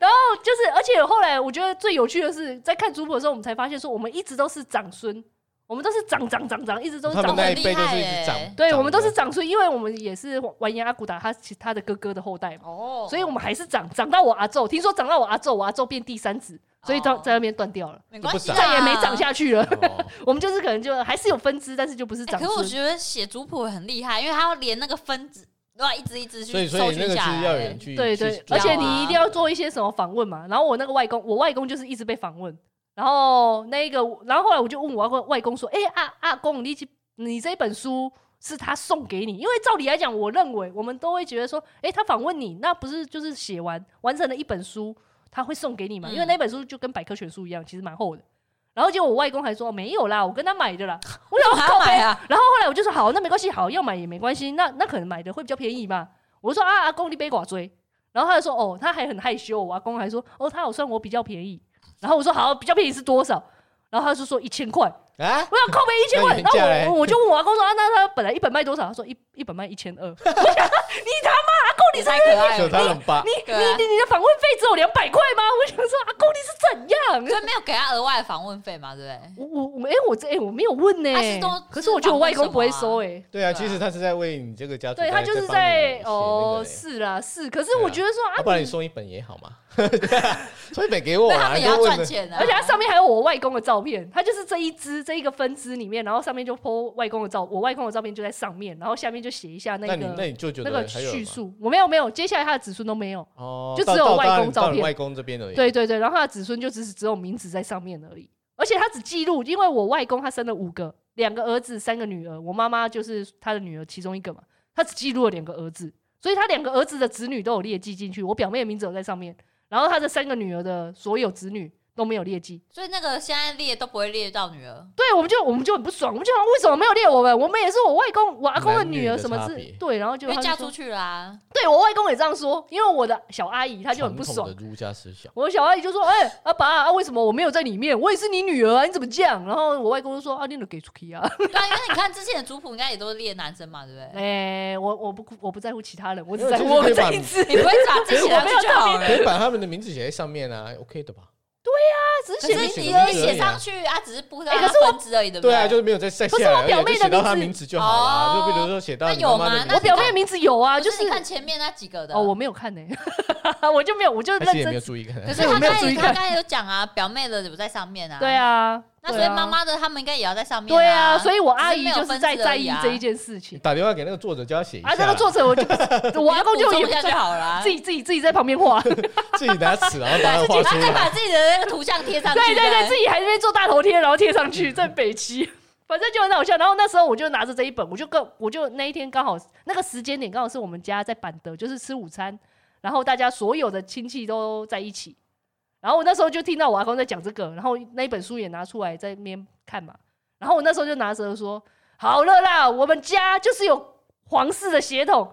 A: 然后就是，而且后来我觉得最有趣的是，在看族谱的时候，我们才发现说，我们一直都是长孙，我们都是长长长长，一直都
B: 我
A: 是
B: 他
A: 长
B: 们
A: 孙。
B: 那一辈就是一直
D: 长得很厉害
B: 长
D: 欸，
A: 对，
B: 长
A: 我们都
B: 得
A: 是长孙，因为我们也是完颜阿骨达他其他的哥哥的后代嘛，
D: 哦，
A: 所以我们还是长长到我阿宙，听说长到我阿宙，我阿宙变第三子，所以到
D: 哦
A: 在那边断掉了，
D: 没关系啊，
A: 再也没长下去了。
B: 哦
A: 我们就是可能就还是有分支，但是就不是
D: 哎
A: 长
D: 可
A: 孙。
D: 是我觉得写族谱很厉害，因为他要连那个分子，都要一只一只
B: 所以
D: 去
B: 所
D: 搜
B: 以那个
D: 寻
B: 是
D: 下
B: 要有
D: 来
B: 人。去，
A: 对对
B: 去，
A: 而且
D: 聊啊
A: 你一定要做一些什么访问嘛。然后我那个外公，我外公就是一直被访问。然后那一个，然后后来我就问我外外公说：“哎、阿阿公，你这你这本书是他送给你？因为照理来讲，我认为我们都会觉得说，哎、他访问你，那不是就是写完完成了一本书，他会送给你嘛？因为
D: 嗯
A: 那本书就跟百科全书一样，其实蛮厚的。然后结果我外公还说没有啦，我跟他买的啦。我想
D: 干嘛啊？
A: 然后后来我就说好，那没关系，好要买也没关系，那那可能买的会比较便宜嘛。我就说啊，阿公你别寡追。然后他就说哦，他还很害羞，我阿公还说哦，他好算我比较便宜。然后我说好，比较便宜是多少？然后他就说一千块，我
B: 啊，
A: 要扣没一千块。
B: 那原价嘞
A: 然后我我就问我阿公说啊，那他本来一本卖多少？他说一一本卖一千二。我想你他妈阿公你
D: 也
A: 才
D: 太可爱
B: 就他
D: 了，
B: 们吧，
A: 哎你
D: 对啊
A: 你你你的访问费只有两百块吗？我想说阿公你是怎样？
D: 所以没有给他额外的访问费嘛，对不对？
A: 我我我哎、我这哎、我没有问呢、
D: 他啊是都
A: 可是我觉得我外公不会
D: 是访
A: 收
D: 问
A: 哎、
B: 对啊，
D: 对啊
B: 其实他是在为你这个家族，
A: 对他就是在
B: 在
A: 哦，
B: 是，
A: 是啦是，可是
B: 对啊
A: 我觉得说
B: 要
A: 啊，
B: 不然你送一本也好 嘛，送一本给我
D: 那
B: 啊，
D: 他们也要
B: 就问
D: 赚钱啊，
A: 而且它上面还有我外公的照片，它就是这一支这一个分支里面，然后上面就 po 外公的照，我外公的照片就在上面，然后下面就写一下
B: 那
A: 个
B: 你那
A: 那
B: 你就觉
A: 个
B: 得还有
A: 叙
B: 吗
A: 述，我没有没有，接下来他的子孙都没有，
B: 哦，
A: 就
B: 到
A: 只有
B: 到
A: 外
B: 到
A: 公
B: 你
A: 照
B: 到你
A: 片
B: 外公这边而已，
A: 对对对，然后他的子孙就只是只有名字在上面而已，而且他只记录，因为我外公他生了五个，两个儿子，三个女儿，我妈妈就是他的女儿其中一个嘛，他只记录了两个儿子，所以他两个儿子的子女都有列记进去，我表妹的名字有在上面，然后他的三个女儿的所有子女都没有列记，
D: 所以那个现在列都不会列到女儿。
A: 对，我们就我们就很不爽，我们就想为什么没有列我们？我们也是我外公、我阿公的
B: 男女
A: 女儿
B: 的
A: 什么
B: 差
A: 之
B: 别
A: 对，然后就
D: 因为
A: 他就
D: 嫁
A: 说
D: 出去啦、
A: 对我外公也这样说，因为我的小阿姨她就很不
B: 传
A: 爽
B: 统，的儒家思想，
A: 我小阿姨就说：“哎、阿爸啊，为什么我没有在里面？我也是你女儿啊，你怎么这样？”然后我外公就说：“啊，你都给出去 啊！
D: 对啊，因为你看之前的族谱应该也都是列男生嘛，对不对？
A: 哎、我我不我不在乎其他人，我只
B: 没有
A: 在
B: 就
A: 乎
B: 是
A: 我
B: 可以
A: 们这
B: 把
A: 一次。
D: 你不会把自己拿去就好了
B: 可，以把他们的名字写在上面啊，OK 的吧？
A: 只
D: 只
A: 写
B: 可
A: 了
B: 以
D: 是
B: 写
A: 一
D: 你
B: 个
D: 而
B: 名字而
D: 写
B: 已啊
D: 上去啊，只是不在
A: 哎可是
D: 分支而已，对不
B: 对啊，
D: 对
B: 就是没有再晒
A: 可是
B: 下来
A: 我
B: 而已啊，
A: 表妹
B: 就
A: 的
B: 写到
A: 名
B: 他
A: 字哦
B: 名字就好了，就比如说写到
D: 那
B: 你妈
D: 有
B: 妈
D: 吗
B: 的
D: 那
B: 名
A: 我
B: 字
D: 你
A: 表
D: 看
A: 妹的名字有啊，就
D: 哦就是是你看前面那几个的。
A: 哦，我没有看呢、 我就没有，我就
B: 而且
A: 认
B: 也没有
A: 真。
B: 注意看，
D: 可是
A: 对我
D: 他
A: 没有
D: 刚
A: 注
D: 才
A: 意
D: 他
A: 看
D: 刚才有讲啊，表妹的有在上面啊。
A: 对。啊，
D: 那所
A: 对
D: 以
A: 啊
D: 妈妈的他们应该也要在上面、
A: 对
D: 啊，
A: 啊，所以我阿
D: 只是
A: 姨
D: 没有
A: 就是
D: 分
A: 在
D: 支而
A: 在
D: 已
A: 意
D: 啊
A: 这一件事情
B: 打电话给那个作者叫他写一
A: 啊。
B: 下，
A: 这个作者我就不我阿公就
D: 补充
A: 也
D: 一下就好了。啊
A: 自己自己自己在旁边画，对
B: 自己拿尺然后把它 画
D: 他
B: 出
D: 再
B: 来，
D: 把自己的那个图像贴上去。
A: 对对，自
D: 己
A: 己还在那边做大头贴，然后贴上去，在北齐。反正就很好笑，然后那时候我就拿着这一本，我就跟我就那一天刚好那个时间点刚好是我们家在板德，就是吃午餐，然后大家所有的亲戚都在一起，然后我那时候就听到我阿公在讲这个，然后那一本书也拿出来在那边看嘛，然后我那时候就拿着说，好了啦，我们家就是有皇室的血统，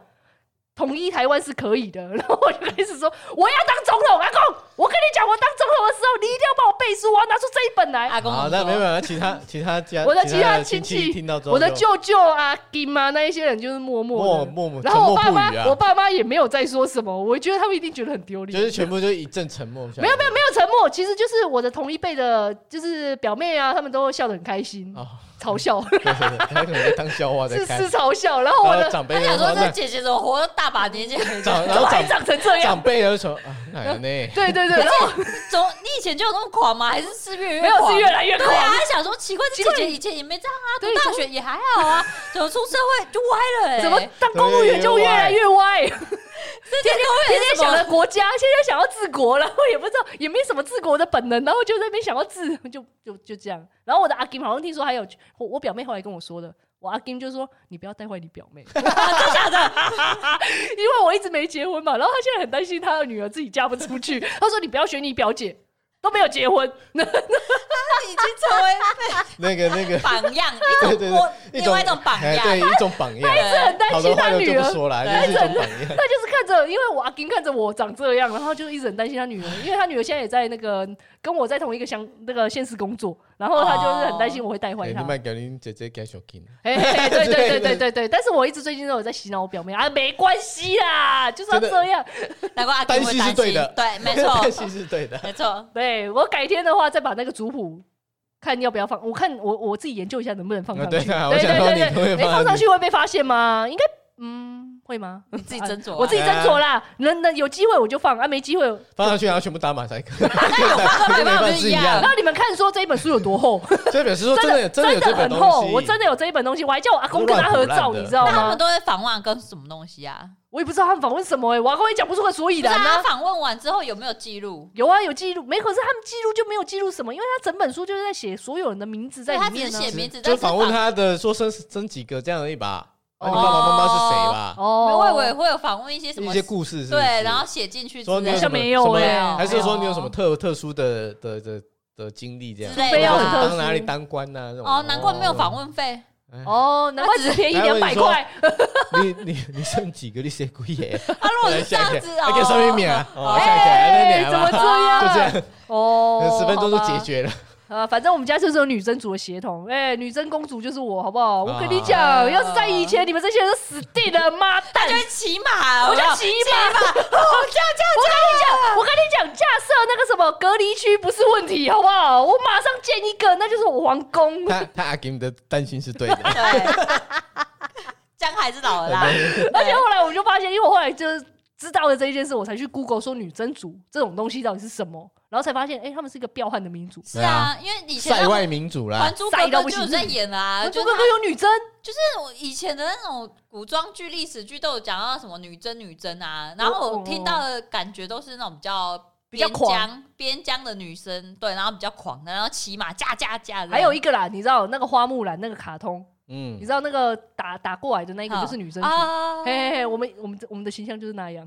A: 统一台湾是可以的。 然后我就开始说，我要当总统，啊阿公，我跟你讲，我当总统的时候，你一定要帮我背书，我要拿出这一本来。
D: 阿公
B: 好，
D: 很
B: 那
D: 多
B: 没有没有，其他其他家
A: 我的
B: 其
A: 其他
B: 的亲
A: 亲戚
B: 听到之后，
A: 我的舅舅啊、金啊那一些人就是默默
B: 默
A: 的，
B: 默默
A: 然
B: 沉
A: 后
B: 默
A: 我爸
B: 不
A: 妈
B: 语，
A: 我
B: 啊，
A: 爸妈也没有再说什么，我觉得他们一定觉得很丢脸，
B: 就是全部就一阵沉默。
A: 没有没有没有沉默，其实就是我的同一辈的，就是表妹啊，他们都笑得很开心，
B: 有啊，
A: 嘲 笑
B: 对对对，他可能在当笑话在
A: 是
B: 看
A: 是。嘲笑，然后我
B: 然后
A: 的
B: 长辈
D: 他想
B: 就
D: 说
B: 说
D: 这
B: 那
D: 姐姐怎么活到大把年纪？
B: 啊长，然
A: 怎
B: 后
A: 么还
B: 长
A: 长成这样？
B: 长辈就说啊，奶奶，
A: 对对对，然后
D: 总你以前就有那么狂吗？还是是越来越
A: 没有
D: 狂
A: 是越来越狂
D: 对。啊，还想说奇怪，这
A: 奇怪
D: 姐姐以前也没这样啊，
A: 对
D: 读大学也还好啊，怎么出社会就歪了、欸？
A: 怎么当公务员就越来越歪？天
D: 天天
A: 天天想着国家，现在想要治国，然后也不知道也没什么治国的本能，然后就在那边想要治，就就就这样。然后我的阿金好像听说还有我我表妹后来跟我说的，我阿金就说你不要带坏你表妹， 真的 假的？因为我一直没结婚嘛，然后他现在很担心他的女儿自己嫁不出去，他说你不要学你表姐。都没有结婚，
D: 已经成为，
B: 那个那个
D: 榜样，
B: 对
D: 一
B: 对
D: 种
B: 对
D: 我，另外一种榜
B: 哎
D: 样。
B: 对一种榜 样。
A: 是很担
B: 好
A: 心
B: 的
A: 他
B: 坏的
A: 女
B: 就
A: 儿
B: 不。说啦，
D: 对
B: 就是一种榜 样。
A: 他就是看着，因为我阿金看着我长这样，然后就一直很担心他女儿，因为他女儿现在也在那个跟我在同一个乡那个县市工作，然后他就是很担心我会带
B: 哎
A: 坏
B: 你
A: 他。
B: 卖给你姐姐给小金，
A: 哎、嘿 对对对对对对，但是我一直最近都有在洗脑我表妹啊，没关系啦，就是要这样。
D: 难怪阿金
B: 担
D: 会
B: 心
D: 担
B: 是对的
D: 对，没
B: 但
D: 错，
B: 是是对的。
D: 没错。
A: 对我改天的话，再把那个族谱看要不要放，我看我我自己研究一下能不能放
B: 啊
A: 上
B: 对
A: 去。
B: 啊，我
A: 对
B: 想
A: 对
B: 说
A: 对
B: 你可
A: 对，
B: 以
A: 哎、放
B: 放
A: 上去会被发现吗？应该嗯会吗？
D: 你自己斟酌啊
A: 我 自己斟酌啦。能能有机会我就放啊，没机会
B: 放上去，然后全部打马赛克，
D: 没办法不是一样
A: 然后你们看说这一本书有多厚，
B: 这表示说哦真的有
A: 真
B: 的有这本
A: 很
B: 东
A: 厚，
B: 西，
A: 我真的有这一本东西，我还叫我阿公跟他合照，你知道
D: 那他
A: 吗
D: 们？都会访问阿跟什么东西啊？
A: 我也不知道他们访问什么哎、我阿公也讲不出个所以
D: 不是
A: 然
D: 啊
A: 啊
D: 他。访问完之后有没有记录？
A: 有啊，有记录，没可是他们记录就没有记录什么，因为他整本书就是在写所有人的名字在
D: 对他
A: 里
D: 只是
A: 面啊呢、
D: 写名字，
B: 就
D: 但
B: 是访问
D: 访。
B: 他的说生生几个这样而已吧。那
A: 哦
B: 你爸爸妈妈是谁吧？
A: 哦，
D: 我以为会有访问一些什么
B: 一些故事是不是
D: 对，然后写进去之
B: 说你
D: 类
A: 好
B: 有什
A: 像
B: 么
D: 的。
A: 没有
B: 什么
A: 哎、
B: 还是说你有什么特特殊的的的的经历这样？
D: 之类的
A: 除非要很特殊
B: 当哪里当官呐？这种
D: 哦，难怪没有访问费。
A: 哦，难怪只便宜两百块，
B: 你哦你你剩几个？你写鬼耶？
D: 他 啊如果是这样子
B: 哦 还给上面免
D: 哦，
B: 啊？哦，下一个
A: 哎、
B: 那免
A: 怎么
B: 吧，
A: 这样？
B: 就这样，
A: 哦，
B: 十分钟就
A: 好吧
B: 解决了。
A: 啊，反正我们家就是有女真族的血统，哎、女真公主就是我，好不好？我跟你讲，
D: 啊
A: 要是在以前，你们这些人都死定了，妈蛋！
D: 他就会骑马，
A: 我就
D: 有没有
A: 骑
D: 啊
A: 马，我
D: 哦
A: 跟你讲，我跟你讲，架设那个什么隔离区不是问题，好不好？我马上建一个，那就是我皇宫。
B: 他他阿金的担心是对的，
D: 对， 姜还是老了啦。
A: 而且后来我就发现，因为我后来就是知道了这一件事，我才去 Google 说女真族这种东西到底是什么，然后才发现，哎、他们是一个彪悍的民族。
D: 是啊，因为以前
B: 塞
D: 《
B: 外民主啦
D: 还。珠格格》就有在演啊，
A: 啊，
D: 就
A: 中
D: 是
A: 国
D: 他
A: 哥有女真，
D: 就是我以前的那种古装剧、历史剧都有讲到什么女真、女真啊，然后我听到的感觉都是那种比较。
A: 比较
D: 边
A: 狂
D: 疆边疆的女生，对，然后比较狂的，然后骑马架架架的，
A: 还有一个啦，你知道那个花木兰那个卡通，
B: 嗯
A: 你，知道那个打打过来的那一个就是女真族。
D: 啊，
A: 嘿嘿嘿，我们我们我们的形象就是那样，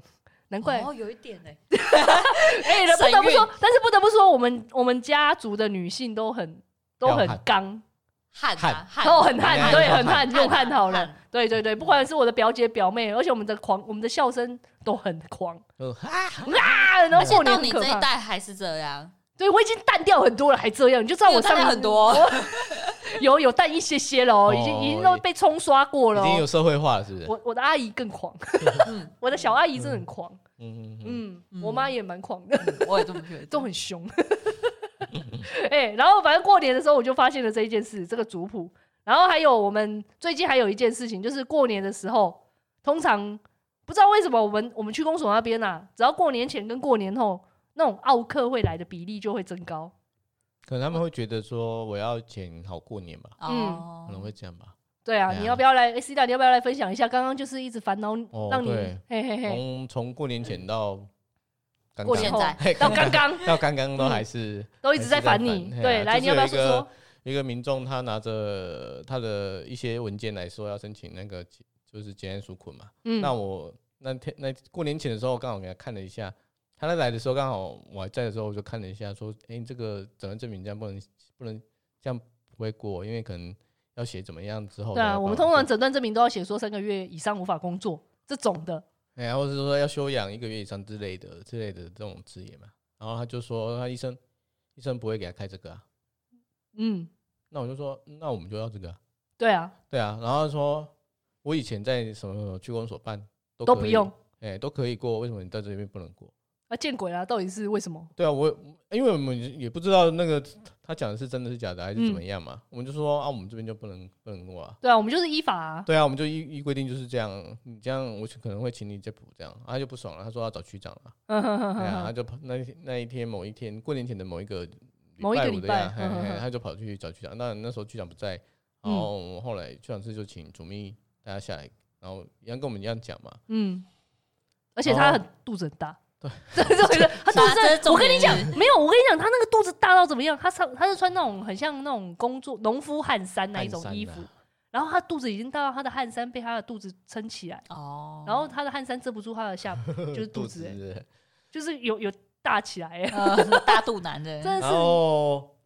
A: 难怪。
D: 哦，有一点哎，
A: 哎、那不
D: 神
A: 得不
D: 韵
A: 说，但是不得不说，我们我们家族的女性都很都
B: 彪
A: 很
B: 悍
A: 刚，
D: 汉啊
B: 汉
D: 汉
A: 都哦很悍，
B: 悍
A: 对，
B: 汉
A: 很悍，用悍好了
D: 汉。
A: 对对对，不管是我的表姐表妹，而且我们的狂，我们的笑声都很狂
B: 嗯
A: 啊！然后过年
D: 到
A: 很
D: 你
A: 可
D: 这一
A: 怕。
D: 代还是这样，
A: 对，我已经淡掉很多了，还这样，你就知道我上
D: 上
A: 一
D: 很多，
A: 有有淡一些些了哦，已经已经都被冲刷过了
B: 已经有
A: 哦。
B: 社会化了，是不是？
A: 我我的阿姨更狂，
D: 嗯，
A: 我的小阿姨真的很狂，
B: 嗯嗯嗯，
A: 嗯，
D: 嗯
A: 我妈也蛮狂的。
D: 我也这么 觉得，
A: 都很 凶。哎、然后反正过年的时候我就发现了这一件事，这个族谱。然后还有我们最近还有一件事情，就是过年的时候，通常不知道为什么我们我们区公所那边啊，只要过年前跟过年后，那种奥客会来的比例就会增高。
B: 可能他们会觉得说我要钱好过年吧，
A: 嗯
D: 哦
B: 可能会这样吧。
A: 对啊，
B: 对啊
A: 你要不要来？哎，C 大，你要不要来分享一下？刚刚就是一直烦恼
B: 哦
A: 让你
B: 对
A: 嘿嘿嘿，
B: 从从过年前到刚刚
A: 过年后
D: 现在
B: 嘿
A: 到刚 嗯刚
B: 到刚刚都还是
A: 都一直在烦
B: 还
A: 你
B: 是在。烦嘿
A: 对，
B: 啊
A: 来，你
B: 就是
A: 要不要
B: 有一
A: 说
B: 个
A: 说？
B: 一个民众他拿着他的一些文件来说要申请那个就是检验纾困嘛。
A: 嗯
B: 那我那天那过年前的时候刚好给他看了一下，他在来的时候刚好我还在的时候我就看了一下说，哎、你这个诊断证明这样不能不能这样不会过，因为可能要写怎么样之后
A: 对
B: 才有办法
A: 啊，
B: 过。
A: 我们通常诊断证明都要写说三个月以上无法工作这种的。
B: 哎、或者是说要休养一个月以上之类的之类的这种字眼嘛。然后他就说，他医生医生不会给他开这个啊。
A: 嗯，
B: 那我就说，嗯那我们就要这个啊、
A: 对啊，
B: 对啊。然后他说，我以前在什么什么区公所办都
A: 都
B: 可
A: 不
B: 以
A: 用，
B: 哎、都可以过，为什么你在这边不能过？
A: 啊，见鬼了，到底是为什么？
B: 对啊，我因为我们也不知道那个他讲的是真的是假的还是怎
A: 嗯
B: 么样嘛，我们就说啊，我们这边就不能不能弄啊。
A: 对啊，我们就是依法、啊，
B: 对啊，我们就依依规定就是这样，你这样我可能会请你接补这样，啊、他就不爽了，他说要找区长了，
A: 嗯哼哼
B: 哎呀、
A: 哼
B: 他
A: 哼
B: 就跑那那一天某一天过年前的某一个
A: 某一个
B: 五
A: 礼
B: 的
A: 拜
B: 呀，嘿
A: 嗯嗯
B: 嘿
A: 嗯
B: 他就跑去找区长，那那时候区长不在，然后我们后来区长是就请主秘大家下来，然后一样跟我们一样讲嘛，
A: 嗯，而且
B: 然
A: 他
B: 后
A: 很肚子很大， 对对对，他肚
D: 啊 这是
A: 子，
D: 重
A: 我跟你
D: 点
A: 讲，没有，我跟你讲，他那个肚子大到怎么样？他穿他是穿那种很像那种工作农夫汗衫那一种
B: 汗衫
A: 衣
B: 啊
A: 服，然后他肚子已经大到他的汗衫被他的肚子撑起来，
D: 哦，
A: 然后他的汗衫遮不住他的下巴，就是肚 子、欸，
B: 子，
A: 就是有有大起来、欸，
D: 呃大肚 腩的，
A: 真的
B: 然
A: 是
B: 后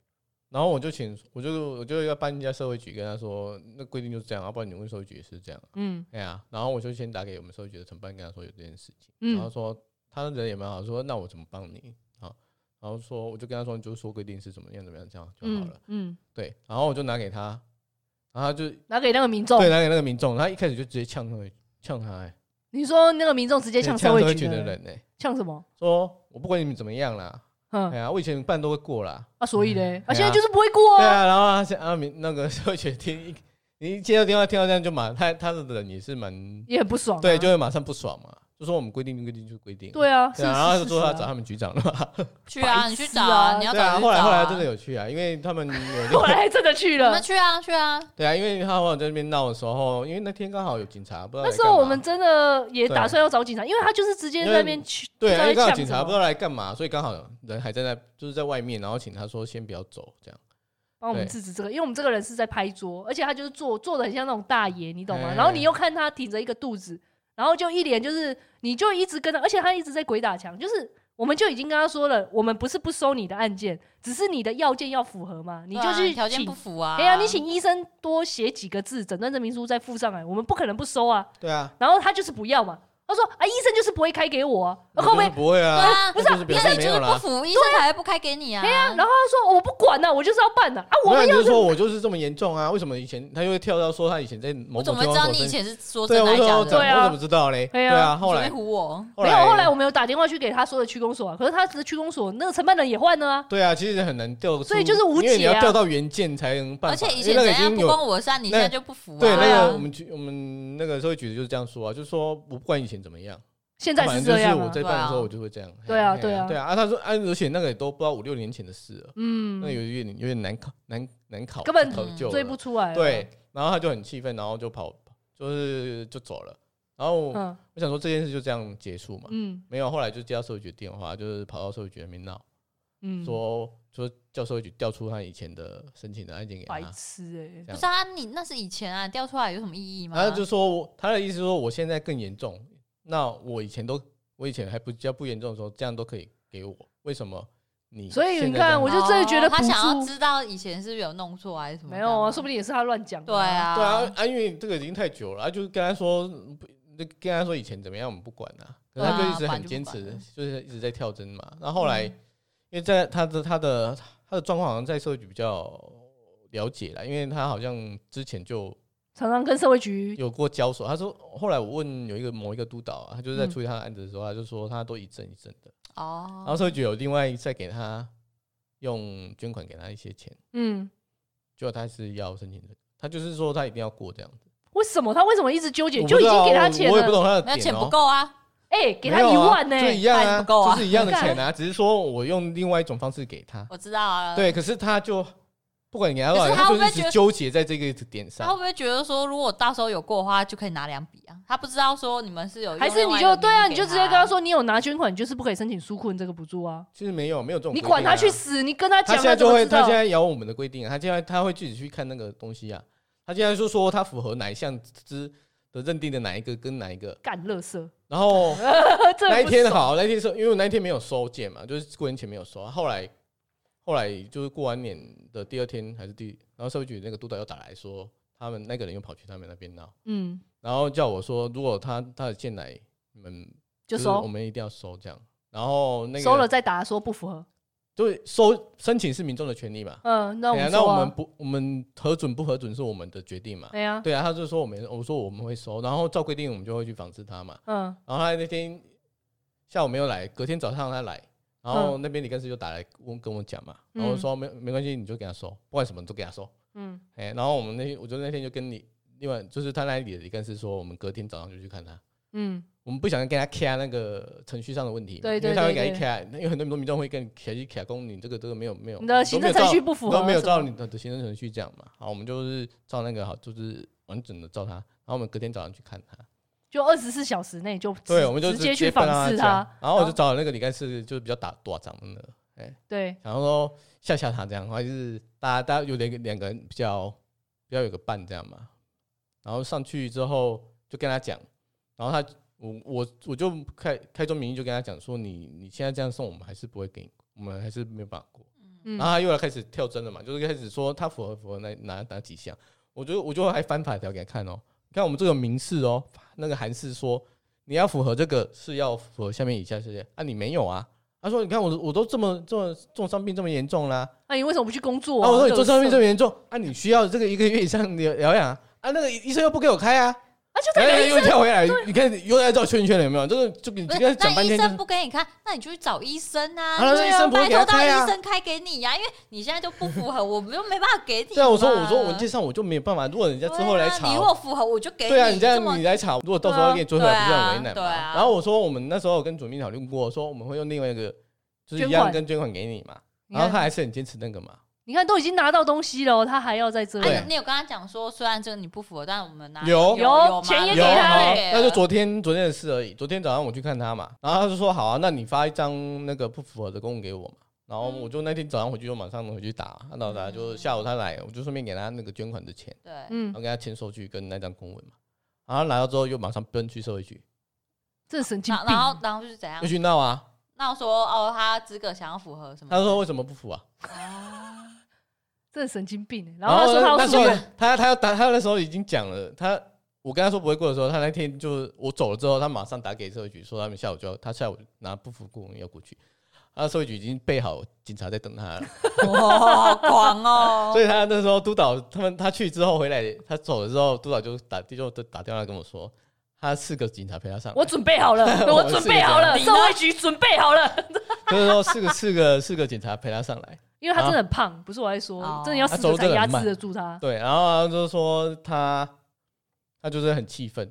B: 然后我就请我就我就要搬人家社会局跟他说，那规定就是这样，要、啊不然你问社会局也是这样。
A: 嗯
B: 哎呀，然后我就先打给我们社会局的承办，跟他说有这件事情，然后
A: 嗯
B: 说他人也蛮好，说那我怎么帮你啊？然后说我就跟他说，你就说规定是怎么样怎么样这样就好
A: 嗯
B: 了。
A: 嗯，
B: 对，然后我就拿给他，然后他就
A: 拿给那个民众
B: 对，拿给那个民众，他一开始就直接呛他们，呛他、欸，
A: 你说那个民众直接呛
B: 呛
A: 社
B: 社
A: 会
B: 会
A: 局
B: 局
A: 的
B: 的
A: 人，
B: 人呢、欸
A: 呛什么？
B: 说我不管你们怎么样啦，哎
A: 嗯
B: 呀，我以前办都会过啦，
A: 啊，所以嘞，啊，
B: 哎呀
A: 现在就是不会过
B: 对
A: 啊，
B: 啊，然后他想啊，民那个社会局听一，你一接到电话听到这样就马，他他的人也是蛮
A: 也很不爽啊，
B: 对，就会马上不爽嘛，就说我们规定就规定就是规定，
A: 对啊，是
B: 对啊，然后他
A: 是
B: 就是说
A: 是
B: 他
A: 啊
B: 找他们局长了嘛，
D: 去啊，你去找
A: 哦
D: 啊，你要
B: 对
D: 找
B: 啊，
D: 就
B: 后来
D: 找
B: 后来
D: 啊
B: 真的有去啊，因为他们有
A: 后来还真的去
D: 你
A: 了
D: 们。去啊去啊，
B: 对啊，因为他后来在那边闹的时候，因为那天刚好有警察，不知道
A: 那
B: 来
A: 时候
B: 干
A: 我
B: 嘛
A: 们真的也
B: 对
A: 打算要找警察，因为他就是直接在那边去，
B: 对啊，因
A: 在
B: 为刚
A: 那
B: 好
A: 边
B: 警
A: 呛什
B: 察不知
A: 么，
B: 道来干嘛，所以刚好人还在那，就是在外面，然后请他说先不要走这样。
A: 帮我们
B: 对
A: 制止这个，因为我们这个人是在拍桌，而且他就是坐坐的很像那种大爷，你懂吗？
B: 哎
A: 然后你又看他挺着一个肚子，然后就一脸就是，你就一直跟他，而且他一直在鬼打墙，就是。我们就已经跟他说了，我们不是不收你的案件，只是你的要件要符合嘛，你
D: 对
A: 就
D: 啊
A: 去
D: 条件
A: 请
D: 不符啊，
A: 哎呀，你请医生多写几个字，诊断证明书再附上来，我们不可能不收啊。
B: 对啊，
A: 然后他就是不要嘛，他说啊，医生就是不会开给我、啊，
B: 哦
A: 啊后面
B: 不会
D: 对
B: 啊，
D: 啊，
B: 那就是表
D: 那
B: 示
D: 你
B: 没
D: 就
B: 有
D: 是不
B: 啦。
D: 服，医生才会不开给你啊，对啊，
A: 然后他说哦我不管呐、我就是要办的啊我
B: 那
A: 们
B: 你
A: 要
B: 就是说我就是这么严重啊？为什么以前他又会跳到说他以前在某某
D: 我怎
B: 地
D: 么
B: 方
D: 会知道你
B: 所
D: 以前是说
B: 对
D: 真
B: 啊，
D: 的还
B: 我怎
D: 是
A: 对
B: 么
D: 假的？
A: 啊
B: 我怎么知道嘞？
A: 对
B: 对
A: 啊
B: 啊，后
D: 你
B: 来
D: 准备唬我，
A: 没有。后来我们有打电话去给他说的区公所、啊，可是他只是区公所那个承办人也换了啊。
B: 对啊，其实很难调出，
A: 所以就是无
B: 因为你
A: 解啊
B: 要调到原件才能办
D: 而
B: 法，
D: 且以
B: 因为
D: 前
B: 那
D: 怎
B: 个已
D: 样
B: 经
D: 不
B: 有
D: 关我的事啊，你现在就不服啊？
B: 对
A: 对
B: 那
A: 啊
B: 个我们局我们那个社会局就是这样说啊，就是说我不管以前怎么样，
A: 现在
B: 反正就
A: 这
B: 是
A: 样、
B: 我
A: 啊，
B: 在办的时候我就会这样。
A: 对啊
B: 嘿
A: 对啊
B: 对啊，啊他说啊，而且那个也都不知道五六年前的事了。那
A: 嗯，
B: 有点有点难考，难难考，
A: 根本
B: 考
D: 嗯
B: 究
A: 追
B: 了
A: 不出来、啊。
B: 对，，然后他就很气愤，然后就跑，就是就走了。然后我
A: 嗯
B: 想说这件事就这样结束嘛，
A: 嗯
B: 没有，后来就接到社会局的电话，就是跑到社会局那边闹，
A: 嗯，
B: 说说叫社会局调出他以前的申请的案件给他
A: 白，痴哎、
B: 这
D: 不
B: 样
D: 是啊，你那是以前啊，调出来有什么意义吗？
B: 然后就说我他的意思是说我现在更严重，那我以前都我以前还不比较不严重的时候，这样都可以给我，为什么你
A: 所以
B: 现
A: 你
B: 在这
A: 看，
B: 样
A: 我就真的觉得
D: 哦他
A: 朴
D: 想要
A: 素、
D: 知道以前是不是有弄错还是什么？
A: 没有啊，说不定也是他乱讲的、
D: 对啊，
B: 对啊，啊，因为这个已经太久了，啊、就是跟他说，不就跟他说以前怎么样，我们不管啊。可是他
D: 对啊
B: 就一直
D: 管
B: 很
D: 就不
B: 坚
D: 管
B: 持
D: 了，嗯
B: 就是一直在跳针嘛。然后后来，因为在他的他的他的状况好像在社会局比较了解啦，因为他好像之前就
A: 常常跟社会局
B: 有过交手。他说后来我问有一个某一个督导啊，他就是在
A: 嗯
B: 处理他的案子的时候，他就说他都一阵一阵的。然后
D: 哦，
B: 社会局有另外再给他用捐款给他一些钱，
A: 嗯。
B: 结果他是要申请的，他就是说他一定要过这样子。
A: 为什么他为什么一直纠结？
B: 我
A: 就
B: 不
A: 已
B: 知
A: 经
B: 道啊
A: 给他钱
B: 我也不
A: 了，
B: 懂他的
D: 那
B: 点
D: 钱
B: 哦
D: 不够啊，
A: 哎、给他
B: 没有
A: 一
B: 啊
A: 万呢、
B: 就一样
D: 还
B: 啊，
D: 是不够啊
B: 就是一样的
A: 你看
B: 钱啊，只是说我用另外一种方式给他。
D: 我知道啊。，
B: 对，可是他就不管你给他多少钱，
D: 可是他会
B: 就
D: 不会
B: 是一
D: 觉得
B: 直纠结在这个点
D: 他会
B: 上。
D: 不会觉得说，如果到时候有过的话，就可以拿两笔啊？他不知道说你们是有用
A: 还是
D: 另
A: 你
D: 外一
A: 就
D: 个
A: 对啊，
D: 名义
A: 你
D: 给
A: 就直接跟他，说，你有拿捐款，你就是不可以申请纾困这个补助啊！
B: 其实没有没有这种规
A: 你
B: 定啊，
A: 管他去死，你跟他
B: 他
A: 讲，
B: 现在
A: 怎么
B: 就会，
A: 知
B: 他
A: 道
B: 现？在咬我们的规定啊，他现在他会自己去看那个东西啊，他现在就说他符合哪一项之的认定的哪一个跟哪一个，
A: 干乐色，
B: 然后
A: 这
B: 那一
A: 不
B: 天啊
A: 爽
B: 好，那一天是因为我那一天没有收件嘛，就是过年前没有收，后来后来就是过完年的第二天还是第，然后社会局那个督导又打来说，他们那个人又跑去他们那边闹，
A: 嗯，
B: 然后叫我说，如果他他的件来，你们
A: 就是
B: 我
A: 收
B: 们一定要收这样。然后那个
A: 收了，再打，说不符合，
B: 就是收申请是民众的权利嘛。
A: 嗯，那我
B: 对啊
A: 们
B: 那
A: 收
B: 我们
A: 啊，
B: 不，我们核准不核准是我们的决定嘛。
A: 对呀，
B: 对啊，他就说我们，我说我们会收，然后照规定我们就会去访视他嘛。
A: 嗯，
B: 然后他那天下午没有来，隔天早上他来，然后那边李干事就打来问跟我讲嘛，然后我说没没关系，你就给他收，不管什么你都给他收。
A: 嗯，
B: 哎、然后我们那天，我就那天就跟你另外就是他那里的李干事说，我们隔天早上就去看他。
A: 嗯，
B: 我们不想跟他卡那个程序上的问题嘛，
A: 对对
B: 因为他会
A: 对
B: 给他卡，因为很多民众会跟卡去卡公，你这个这个没有没有，
A: 你的行政程序不符合
B: 都没有
A: 什么
B: 照你的行政程序讲嘛。好，我们就是照那个好，就是完整的照他，然后我们隔天早上去看他。
A: 就二十四小时内就直
B: 对，我们就
A: 直接去
B: 奔
A: 访
B: 到他
A: 视
B: 家
A: 他，，嗯
B: 然后我就找那个李干事，就是比较打多掌的，
A: 对，
B: 然后说吓吓他这样，还是大家大家有两个两个人比较比较有个伴这样嘛。然后上去之后就跟他讲，然后他我我我就开开宗明义就跟他讲说你你现在这样送我们还是不会给你，我们还是没有办法过。
A: 嗯
B: 然后他又要开始跳针了嘛，就是开始说他符合符合哪哪哪几项，我就我就还翻法条给他看哦，你看我们这个明示哦，那个韩式说你要符合这个是要符合下面以下这些啊，你没有啊。他说：“你看我都我都这么这么重伤病这么严重啦、
A: 那你为什么不去工
B: 啊
A: 作啊？
B: 我说你
A: 热
B: 重伤病
A: 死
B: 这么严重，啊，你需要这个一个月以上的疗养啊，啊那个医生又不给我开啊，
A: 啊，就
B: 然
A: 在
B: 后
A: 那
B: 又跳回来，你看又在绕圈圈了，有没有？这个就你
D: 不
B: 跟
D: 是，
B: 他讲
D: 那
B: 半
D: 医
B: 天、就
D: 生
B: 是，
D: 不啊给你看，那你就去找医生啊！
B: 啊那
D: 对
B: 医生不会
D: 拜
B: 给他
D: 托到
B: 开啊
D: 医生开给你呀、因为你现在就不符合，我们又没办法给你 嘛。
B: 对啊，我说我说文件上我就没有办法，如果人家
D: 对啊
B: 之后来查，
D: 你如果符合，我就给
B: 对啊，你这
D: 这
B: 样
D: 么
B: 你来查，如果到时候要给你追回来，不是很为难
D: 对
B: 吗？
D: 啊对啊
B: 然后我说我们那时候跟主秘讨论过，说我们会用另外一个，就是一
A: 捐
B: 样
A: 款
B: 跟捐款给你嘛。
A: 你
B: 然后他
A: 看，
B: 还是很坚持那个嘛，
A: 你看都已经拿到东西了，他还要在这
D: 哎
A: 里，
B: 对
D: 你有跟他讲说，虽然这个你不符合，但我们拿
B: 有
D: 有吗
A: 钱也
B: 有
A: 给他
B: 好
A: 嘞
B: 那就昨天昨天的事而已。昨天早上我去看他嘛，然后他就说好啊，那你发一张那个不符合的公文给我嘛。然后我就那天早上回去就马上回去打，然后打就是下午他来，我就顺便给他那个捐款的钱，
D: 对，
A: 嗯
B: 然，后给他签收据跟那张公文嘛。然后来到之后又马上奔去社会局，
A: 这神经
D: 然后
A: 病。
D: 然后然后就是怎样
B: 又？去闹啊。
D: 那我说哦，他资格想要符合什么？
B: 他说为什么不符啊？
D: 哦
A: 这神经病欸。然后他说他要
B: 那时
A: 住
B: 候
A: 院，
B: 他他要打他那时候已经讲了，他我跟他说不会过的时候，他那天就我走了之后，他马上打给社会局说他们下午就要他下午拿不服雇要过去，他社会局已经备好警察在等他了，
D: 哇，好狂哦！
B: 所以他那时候督导他们他去之后回来，他走了之后，督导就打就打电话跟我说，他四个警察陪他上来，
A: 我准备好 了，
B: 我
A: 我
B: 们
A: 准
B: 是
A: 备
B: 这
A: 好
B: 样啊
A: 了，社会局准备好 了。
B: 就是说四个四个四个警察陪他上来。
A: 因为他真的很胖，不是我在说
D: 哦，
A: 真的要死
B: 他走
A: 者
B: 路
A: 才
B: 真的
A: 压
B: 很慢
A: 制得住他。
B: 对，然后他就说他他就是很气愤，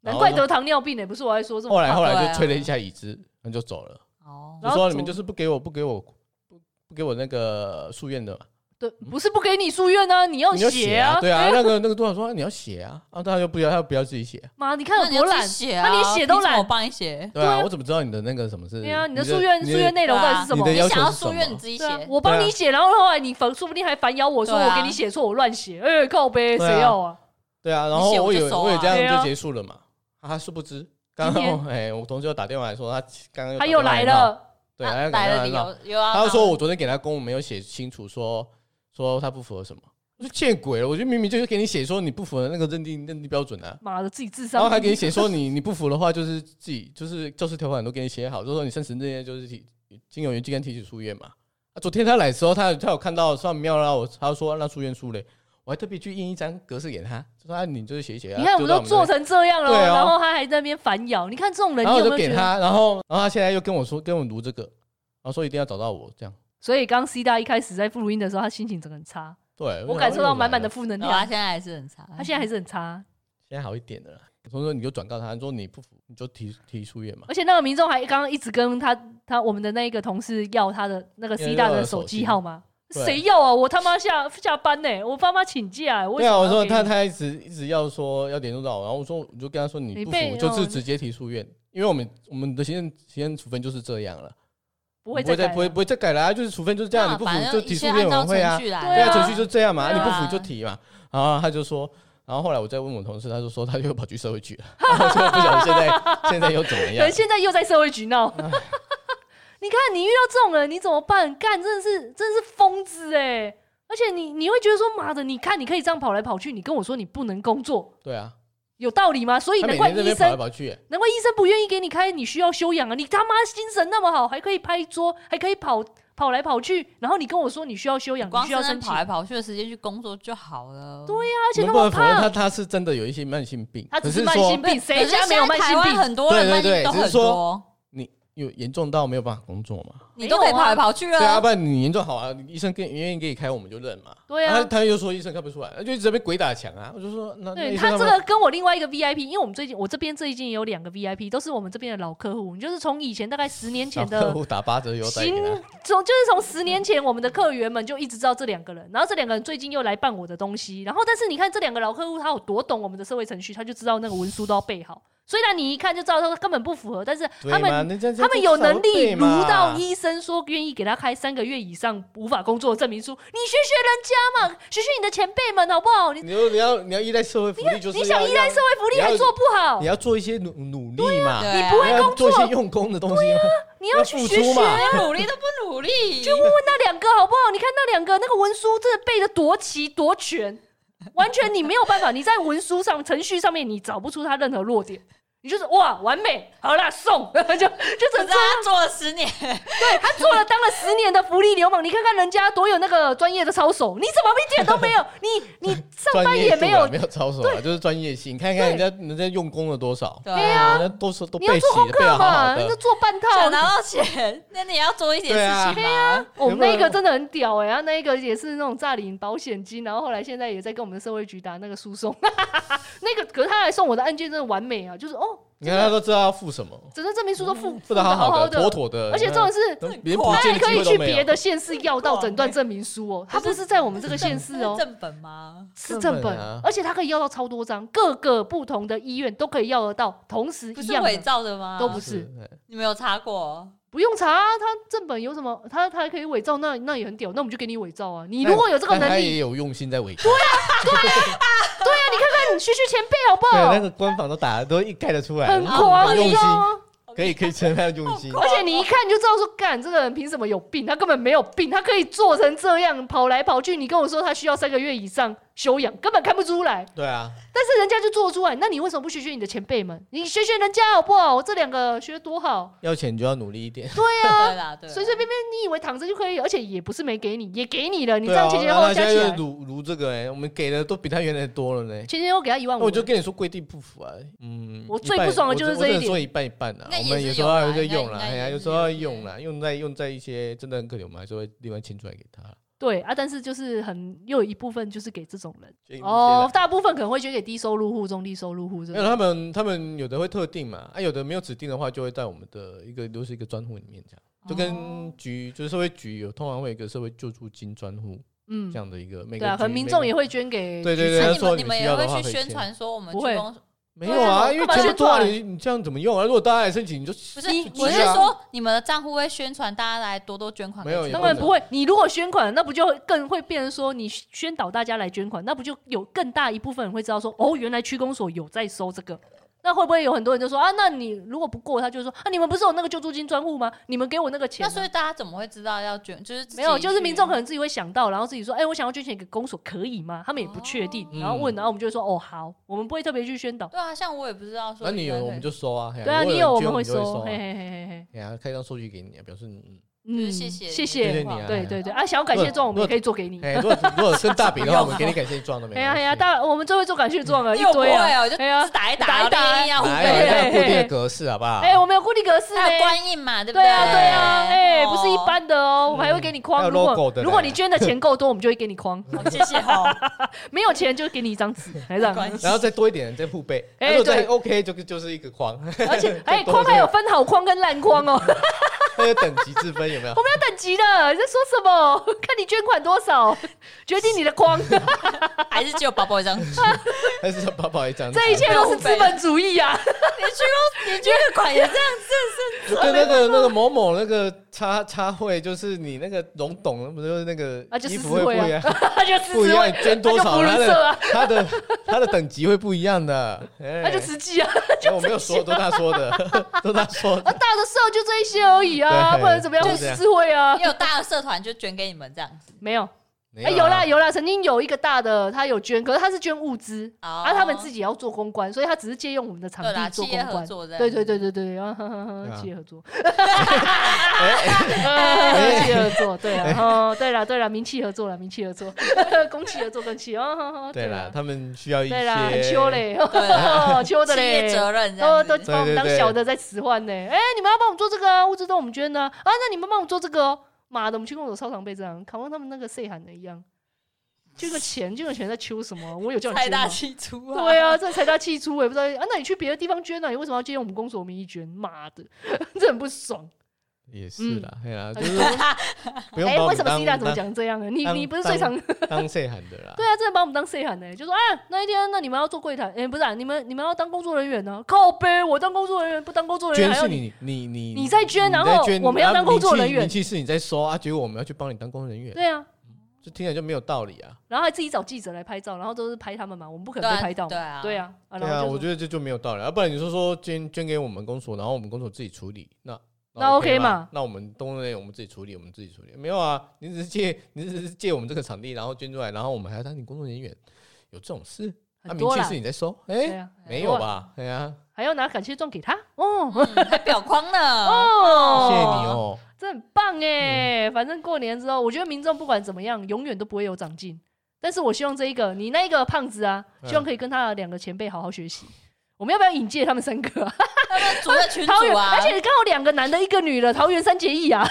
A: 难怪得糖尿病呢，不是我在说这么
B: 后来后
A: 胖。
B: 来就推了一下椅子，然后就走了。
D: 哦，
B: 就
A: 然后
B: 说你
A: 走
B: 们就是不给我不给我不不给我那个书院的嘛，
A: 对，不是不给你住院呢，你要
B: 你要
A: 写
B: 啊，
A: 啊。
B: 对啊，那个那个督导说啊你要写啊，啊，他就不要他不要自己写，
A: 妈，你看
D: 那
A: 有
D: 你要
A: 多
D: 自己
A: 懒，
D: 写啊，
A: 他连写都
D: 凭什么
A: 懒
D: 我帮你写。
B: 对
A: 对
B: 啊，
A: 啊
B: 我怎么知道你的那个什么是？
A: 对啊，你的
B: 你的
A: 住院
B: 你
A: 住
B: 的
A: 院内容到底是
D: 啊
A: 什
B: 你
A: 么
B: 的？要
D: 你
B: 求
D: 想要
B: 是
D: 书
B: 什
D: 院
B: 么
D: 你自己
A: 对啊
D: 写，，
A: 我帮
B: 对啊
A: 你写，然后后来你反说不定还反咬我说
D: 对啊
A: 我给你写错，我乱写，哎，靠呗，
B: 对
A: 谁
B: 啊
A: 要啊？
B: 对啊，然
D: 你
B: 后
D: 写我
B: 我以
D: 就
B: 为
D: 收啊
B: 我也这
A: 对
B: 样
A: 啊
B: 就结束了嘛，啊，他殊不知刚
A: 今
B: 刚哎，我同事又打电话来说他刚刚
A: 他又
B: 打
A: 来
B: 电话闹，
A: 了，
B: 对，
D: 那
B: 他又打
D: 啊来
B: 电话
D: 了理
B: 闹
D: 由有啊，
B: 他就说我昨天给他公文没有写清楚说，说他不符合什么，我说见鬼了，我就明明就是给你写说你不符合那个认定认定标准啊，
A: 妈的，自己智商。
B: 然后还给你写说你 你不服的话，就是自己就是教室条款都给你写好，就说你生死那些就是提经由原机跟提起诉愿嘛。啊，昨天他来的时候，他有他有看到算妙啦，我他说那诉愿书嘞，我还特别去印一张格式给他，就说啊你就是写一写啊。
A: 你看我
B: 丢
A: 们
B: 到
A: 都做
B: 那边
A: 成这样了，
B: 对啊
A: 然后他还在那边反咬，你看这种人，
B: 然
A: 你有
B: 后我
A: 没
B: 就
A: 有觉
B: 给
A: 得？
B: 他，然后然后他现在又跟我说跟我读这个，然后说一定要找到我这样。
A: 所以刚 C 大一开始在录音的时候，他心情真的很差，
B: 对，
A: 我
B: 就
A: 感受到
B: 又来
A: 满满的
B: 了，
A: 负能
D: 然后
A: 量。
D: 他啊现在还是很差，
A: 他现在还是很差，
B: 现在好一点的啦。所以说你就转告他，说你不服你就提提诉愿嘛。
A: 而且那个民众还刚刚一直跟他他我们的那一个同事要他的那个 C 大的手机号码，
B: 对
A: 谁要啊？我他妈下下班呢、我爸妈请假、欸我
B: 对啊，我说他
A: 他
B: 他一直一直要说要联络到我，然后我说我就跟他说你
A: 你
B: 不
A: 被
B: 服，就
A: 哦
B: 是直接提诉愿，因为我们我们的行政行政处分就是这样了，
A: 不会
B: 不
A: 再
B: 会再
A: 改了
B: 不会不会再改了、啊，就是处分就是这样，
D: 那
B: 你不服
D: 反正
B: 就
D: 一
B: 提诉
D: 切
B: 愿
D: 按
B: 委
D: 照
B: 员会啊
D: 程，序来
A: 对
B: 对啊，
A: 啊
B: 程序就这样嘛，
D: 对
B: 你
D: 啊
B: 不服就提嘛，然后他就说。然后后来我再问我同事，他就说他又跑去社会局了，然后就不晓得现在现在又怎么
A: 可
B: 样
A: 能。现在又在社会局 闹。 你看，你遇到这种人，你怎么办？干，真的是真的是疯子哎、而且你你会觉得说，妈的，你看你可以这样跑来跑去，你跟我说你不能工作，
B: 对啊，
A: 有道理吗？所以
B: 他
A: 难
B: 每
A: 怪
B: 天这
A: 医
B: 边跑来
A: 生，
B: 跑去、
A: 难怪医生不愿意给你开，你需要休养啊！你他妈精神那么好，还可以拍桌，还可以跑跑来跑去，然后你跟我说你需要休养，你
D: 光
A: 需
D: 是
A: 要
D: 那
A: 申请，
D: 跑来跑去的时间去工作就好了。
A: 对呀、而
B: 我
A: 且
B: 们
A: 那
B: 不
A: 么
B: 能否认
A: 胖，
B: 他他是真的有一些慢性病，
A: 他只
B: 可是
A: 慢
B: 说
A: 性病，
D: 可
A: 谁
D: 是
A: 家没有
D: 现在
A: 慢
D: 台
A: 性
D: 湾
A: 病？
D: 很多
B: 对
D: 人
B: 对
D: 慢性
B: 对
D: 病都
B: 只是
D: 很
B: 说
D: 多，
B: 你有严重到没有办法工作嘛？
D: 你都可以跑来跑去
B: 对啊，
D: 啊
B: 不。然你严重好啊，医生跟愿意给你开，我们就认嘛。
A: 对啊
B: 他他又说医生开不出来，他就一直被鬼打墙啊。我就说那那
A: 对
B: 医
A: 他
B: 生
A: 这
B: 们
A: 个跟我另外一个 VIP，因为我们最近我这边最近有两个 VIP，都是我们这边的老客户，你就是从以前大概十年前
B: 客
A: 的
B: 户打八折优待
A: 新
B: 给他，
A: 从就是从十年前我们的客源们就一直知道这两个人，然后这两个人最近又来办我的东西，然后但是你看这两个老客户他有多懂我们的社会程序，他就知道那个文书都要备好。虽然你一看就知道他根本不符合，但是
B: 对
A: 他
B: 嘛
A: 们
B: 那这样
A: 他们有能力
B: 这样
A: 如
B: 才
A: 到
B: 对嘛
A: 医生说愿意给他开三个月以上无法工作的证明书，你学学人家嘛，学学你的前辈们好不好？你
B: 你就你要你要依赖社会福利，就是
A: 你想
B: 要
A: 依赖社会福利还做不好
B: 你，要做一些努努力嘛，
D: 对啊
A: 不会
B: 你要做一些用功的东西嘛，
A: 你要去
B: 付
A: 学
B: 出
A: 学
B: 嘛。
D: 不努力都不努力，
A: 就问问那两个好不好？你看那两个那个文书真的背的多齐多全，完全你没有办法，你在文书上程序上面你找不出他任何弱点，你就是哇完美，好啦送， 就就
D: 可
A: 整
D: 是
A: 这样
D: 他做了十年，
A: 他做了当了十年的福利流氓，你看看人家多有那个专业的操守，你怎么一点都没有？你你上
B: 专
A: 班
B: 业
A: 也
B: 度
A: 没
B: 啊
A: 有
B: 没有操守啊，就是专业性。看看人家人家用功了多少，
D: 对
B: 啊，人家都是都
A: 你要
B: 背
A: 做功
B: 起背
A: 课
B: 的好好
A: 嘛，
B: 的
A: 那，做半套
D: 想。拿到钱，那你也要做一点
B: 对啊
D: 事情嘛。
A: 我们哦那
B: 有没
A: 个
B: 有
A: 真的很屌哎、欸，然后那个也是那种诈领保险金，然后后来现在也在跟我们的社会局打那个诉讼。 那个可是他来送我的案件真的完美啊，就是哦，
B: 你看他都知道要付什么，
A: 整个证明书都附
B: 付
A: 附
B: 的
A: 的
B: 嗯好
A: 好
B: 的，妥妥的。
A: 而且这种是
B: 那连
D: 很
B: 补
A: 他
B: 件
A: 还
B: 的
A: 啊可
B: 机
A: 以
B: 会都
A: 去
B: 没
A: 别
B: 有。
A: 的县市要到诊断证明书哦，他不是在我们这个县市哦
D: 是。正本吗？
A: 是正
B: 正本
A: 本
B: 啊，
A: 而且他可以要到超多张，各个不同的医院都可以要得到，同时
D: 不
A: 一
D: 是
A: 样
D: 伪
A: 的，
D: 造的吗？
A: 都不是
B: 哎
D: 你没有查过？
A: 不用查啊。他正本有什么？他他还可以伪造，那那也很屌。那我们就给你伪造啊！你如果有这个
B: 但
A: 能
B: 他
A: 力
B: 也，有用心在伪造，
A: 对啊，你看看，你学学前辈好不
B: 对
A: 好？
B: 那个官方都打得都一概的出来，
A: 啊很
B: 嗯
A: 狂，哦
B: 用
A: 你知
B: 心
A: 道吗？
B: 可以可以称他用心。
A: 而且你一看就知道说，干这个人凭什么有病？他根本没有病，他可以做成这样，跑来跑去。你跟我说他需要三个月以上休养，根本看不出来。
B: 对啊，
A: 但是人家就做出来，那你为什么不学学你的前辈们？你学学人家好不好？我这两个学得多好，
B: 要钱就要努力一点。
A: 啊
B: 啊
D: 对啊啦，对啦，
A: 随随便便你以为躺着就可以，而且也不是没给你，也给你了。你这
B: 对啊
A: 样前前后后
B: 那
A: 加
B: 现在
A: 起
B: 又
A: 来，
B: 如如这个哎，我们给的都比他原来多了呢。
A: 前前后后给他一万
B: 那
A: 五
B: 我，就跟你说规定不符啊，嗯，
A: 我
B: 一
A: 最
B: 半
A: 不爽的就是
B: 我
A: 这一
B: 我只能
A: 点
B: 说一半一半啊，
D: 那也
B: 我们
D: 是
B: 有时候
D: 有啦
B: 还在
D: 应该
B: 用啦，
D: 应该
B: 哎呀，
D: 也
B: 有
D: 是
B: 时候要
D: 有些
B: 用啦，用在用在一些真的很可怜，我们还是会另外清出来给他。
A: 对啊，但是就是很又有一部分就是给这种人
B: 捐一些啦
A: 哦，，大部分可能会捐给低收入户、中低收入户这
B: 没有
A: 种。
B: 他们他们有的会特定嘛，啊，有的没有指定的话，就会在我们的一个都是一个专户里面这样，就
D: 哦
B: 跟局就是社会局有通常会有一个社会救助金专户
A: 嗯
B: 这，样的一个每
A: 对
B: 个
A: 啊，可能
B: 局
A: 民
B: 每
A: 众
B: 个
A: 也会捐给啊
B: 对对
A: 局
B: 对啊
A: 长
B: 他
D: 那你
B: 说
D: 们你
B: 你
D: 们
B: 需
D: 也
B: 要的
D: 会
B: 话
D: 去
B: 可以
D: 宣
B: 签
D: 传说我们
A: 不
D: 去
A: 会
D: 公
B: 没有
A: 对啊
B: 啊，因为
A: 干嘛
B: 钱
A: 宣
B: 不多啊，
A: 传
B: 你你这样怎么用啊？如果大家来申请，你就
D: 不
B: 不
D: 是
A: 你，
D: 我
A: 你
D: 是
A: 啊
D: 说你们的账户会宣传大家来多多捐款给
B: 没有
D: 捐
B: 也
A: 当
D: 款
A: 然不会，你如果捐款，那不就更会变成说你宣导大家来捐款，那不就有更大一部分人会知道说，哦，原来区公所有在收这个。那会不会有很多人就说啊？那你如果不过，他就说啊，你们不是有那个救助金专户吗？你们给我那个钱
D: 那
A: 啊、
D: 所以大家怎么会知道要捐？就是自己
A: 没有，就是
D: 去
A: 民众可能自己会想到，然后自己说，哎、我想要捐钱给公所，可以吗？他们也不确定，
B: 哦
A: 然后问，
B: 嗯
A: 然后我们就会说，哦，好，我们不会特别去宣导。
D: 对啊，像我也不知道说
B: 那你
D: 原
B: 有
D: 来
B: 我
D: 可以
B: 们就收啊，嘿
A: 对啊，你
B: 有
A: 有我
B: 人捐
A: 们会
B: 就收
A: 收，
B: 啊，
A: 嘿嘿嘿嘿嘿，
B: 哎呀，开一张收据给你啊，表示你
A: 嗯，
D: 谢谢
A: 谢
B: 谢谢
A: 谢，
B: 你啊。
A: 对对对啊，想要感谢状，我们也可以做给你。
B: 哎，如果如果升大 饼的话，我们给你感谢状都没
A: 哎
B: 关系。
A: 呀哎呀，大我们最会做感谢状了，一
D: 因为我不
A: 堆啊，
D: 会哦，我就
A: 哎呀
D: 是打一打，
A: 打一打
D: 然后另一样
B: 哪
D: 互背
B: 有
A: 哎
B: 那固定的格式好不好？
A: 哎、我们有固定格式呢、
D: 还有官印嘛，对不
A: 对啊，
D: 对
A: 对啊，哎、不是一
D: 哦
A: 般的哦，我们还会给你框。
B: 还有
A: 如
B: logo
A: 果
B: 的呢
A: 如果你捐的钱够多，我们就会给你框；
D: 好谢谢哦，
A: 没有钱就给你一张纸， 还这
D: 没
A: 样。
D: 关系
B: 然后再多一点，再互背。
A: 哎
B: 哎，如果再
A: 对
B: OK，就就是一个框，
A: 而 且，哎、
B: 再多
A: 框还有
B: 这个
A: 分好框跟烂框哦，不
B: 那个等级之分有没有？
A: 要等级的。你在说什么？看你捐款多少，决定你的 框。
D: 还是只有宝宝 一张纸。
B: 还是要宝宝一张纸？
A: 这一切都是资本主义啊！
D: 你去公，你捐个款也这样子，
B: 就跟那个那个某某那个插插会，就是你那个龙董，不是那个
A: 啊就
B: 衣服
A: 私
B: 会不
A: 会啊
B: 一样，
A: 他就辞
B: 不一
A: 职
B: 样，
A: 会
B: 你，捐多少，
A: 他
B: 他
A: 就福利社啊
B: 的他的他的等级会不一 样的。哎
A: 他就慈济啊，
B: 哎我没有说，都他说的， 都他说
A: 啊，
B: 的。
A: 大的社就这一些而已啊，
B: 对
A: 不然怎么样
B: 就
A: 会
B: 是这样
A: 失会啊
D: 是？也有大的社团就捐给你们这样子。
A: 没有，
B: 没啊
A: 哎、有
B: 啦
A: 啦，有啦，曾经有一个大的，他有捐，可是他是捐物资，
D: 哦
A: 啊，他们自己要做公关，所以他只是借用我们的场
D: 对啦，
A: 地做
D: 企
A: 公
D: 业合
A: 关。
D: 作的，
A: 对对对对对，然后呵呵
B: 对啊
A: 呵，企业合作，
B: 哎
A: 呃企业合作，对啊，哦，对了对了，名气合作了，名气合作，公企合作跟企，哦呵呵，
B: 对啦
A: 啦，
B: 他们需要一
A: 对啦，很
B: 些
A: 秋，嘞，
D: 哦对啦，
A: 秋的
D: 企业
A: 嘞，
D: 责任这
A: 都
D: 样
A: 都
D: 子
A: 把我们
B: 对对
A: 当
B: 对
A: 小的在使唤呢。哎，你们要帮我们做这个啊，物资都我们捐的啊，啊那你们帮我们做这个哦。妈的，我们去公所操场被这样，考问他们那个 say 喊的一样，就个钱，就个钱在求什么？我有叫你
D: 财
A: 捐吗
D: 大？气粗啊，
A: 对啊，这财大气粗，我也不知道啊。那你去别的地方捐呢、你为什么要借用我们公所名义捐？妈的， 这很不爽。
B: 也是啦，哎呀，就是不
A: 嗯
B: 用
A: 哎，
B: 把我
A: 为
B: 们
A: 什么 C 大
B: 当
A: 怎么
B: 当
A: 讲这样啊？你
B: 当
A: 你不是最常
B: 当谁喊的啦
A: 对？啊，真的把我们当 C 喊呢，就说哎，那一天那你们要做柜台，哎，不是、啊、你们你们要当工作人员呢、靠背，我当工作人员不当工作人员
B: 捐
A: 还要
B: 是你你你
A: 你在捐然后
B: 在捐
A: 我们要
B: 啊
A: 当工作人员
B: 名气名气是你在收啊，结果我们要去帮你当工作人员，
A: 对啊，
B: 这听起来就没有道理啊。
A: 然后还自己找记者来拍照，然后都是拍他们嘛，我们不可
D: 对
A: 能
D: 啊
A: 被拍到
D: 对
A: 嘛，
D: 啊，
A: 对，啊，啊
B: 对
A: 然后就
B: 啊，我
A: 说
B: 觉得这就没有道理啊。不然你是说捐捐给我们公所，然后我们公所自己处理，那
A: 那
B: OK
A: OK 嘛
B: 吗？那我们东内我们自己处理，我们自己处理。没有啊，你只是借，你只是借我们这个场地，然后捐出来，然后我们还要当你工作人员，有这种事？啊，
A: 很
B: 明
A: 多
B: 确
A: 啦
B: 是，你在收？
A: 对
B: 哎，
A: 啊，
B: 没有吧？哎呀，
A: 还要拿感谢状给他哦。
D: 嗯还裱框呢，
B: 谢
A: 哦，
B: 谢你，嗯哦。
A: 这很棒哎！反正过年之后，我觉得民众不管怎么样，永远都不会有长进。但是我希望这一个，你那一个胖子啊，
B: 嗯
A: 希望可以跟他的两个前辈好好学习。我们要不要引荐他们三个、 啊？
D: 他们组的群
A: 桃园，
D: 主啊
A: 而，且刚好两个男的，一个女的，桃园三结 义啊！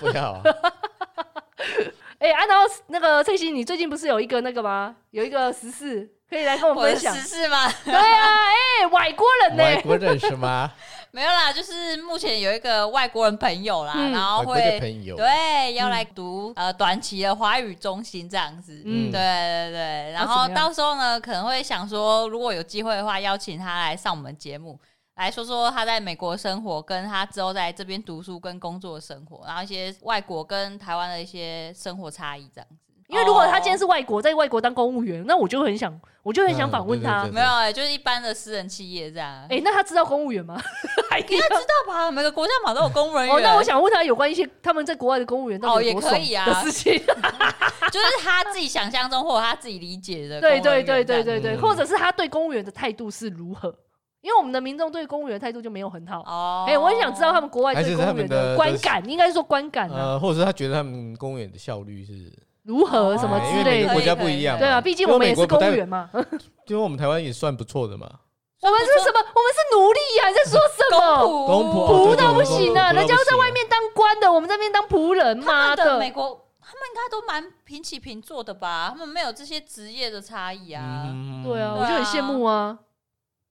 B: 不 要啊！
A: 哎、啊，然后那个翠欣，你最近不是有一个那个吗？有一个时事可以来跟我
D: 我
A: 们
D: 的
A: 分享
D: 实。事吗？
A: 对啊，哎、外国人呢、
B: 外国认识 吗？
D: 没有啦，就是目前有一个外国人朋友啦，
A: 嗯
D: 然后
B: 外国的
D: 会
B: 朋友，
D: 对要来读、呃短期的华语中心这样子。
A: 嗯
D: 对对对，然
A: 那
D: 后
A: 怎么样
D: 到时候呢，可能会想说，如果有机会的话，邀请他来上我们节目，来说说他在美国生活，跟他之后在这边读书跟工作的生活，然后一些外国跟台湾的一些生活差异这样子。
A: 因为如果他今天是
D: 是、
A: 外国，在外国当公务员，那我就很想，我就很想访问他。啊
B: 嗯对对对
D: 没有、欸，就是一般的私人企业这样，
A: 哎、那他知道公务员吗？还
D: 应该知道吧？每个国家嘛都有公务人员。
A: 哦，那我想问他有关一些他们在国外的公务员到
D: 哦
A: 底有
D: 也
A: 多
D: 可
A: 爽
D: 以啊
A: 的事情。
D: 就是他自己想象中或者他自己理解的公 务
A: 对
D: 员这
A: 对
D: 样。
A: 对对对对，
B: 嗯
A: 或者是他对公务员的态度是如何？因为我们的民众对公务员的态度就没有很好。
D: 哦，
A: 哎、我很想知道他们国外
B: 还是
A: 对公
B: 他
A: 务
B: 们
A: 员
B: 的
A: 观感，应该是说观感啊，
B: 呃，或者是他觉得他们公务员的效率是
A: 如何什么
B: 哎因
A: 之
B: 为每
A: 类
B: 个
D: 哦
A: 的
B: 国。家不一样嘛，
A: 对啊，毕竟我们也
B: 因为美
A: 是
B: 国
A: 公
B: 不代
A: 务员嘛。
B: 因为我们台湾也算不错的嘛，
A: 我们是什么？我们是奴隶呀、你在说什么？
D: 仆
B: 公仆
A: 仆
B: 哦对
A: 到不
B: 对对
A: 行啊！
B: 公仆到
A: 人家
B: 不
A: 在
B: 行
A: 外
B: 啊
A: 面当官的，我们这边当仆人，妈
D: 他们的美
A: 的！
D: 国，他们应该都蛮平起平坐的吧？他们没有这些职业的差异啊。
B: 嗯
A: 对啊，
D: 对
A: 我就很
D: 啊
A: 羡慕啊，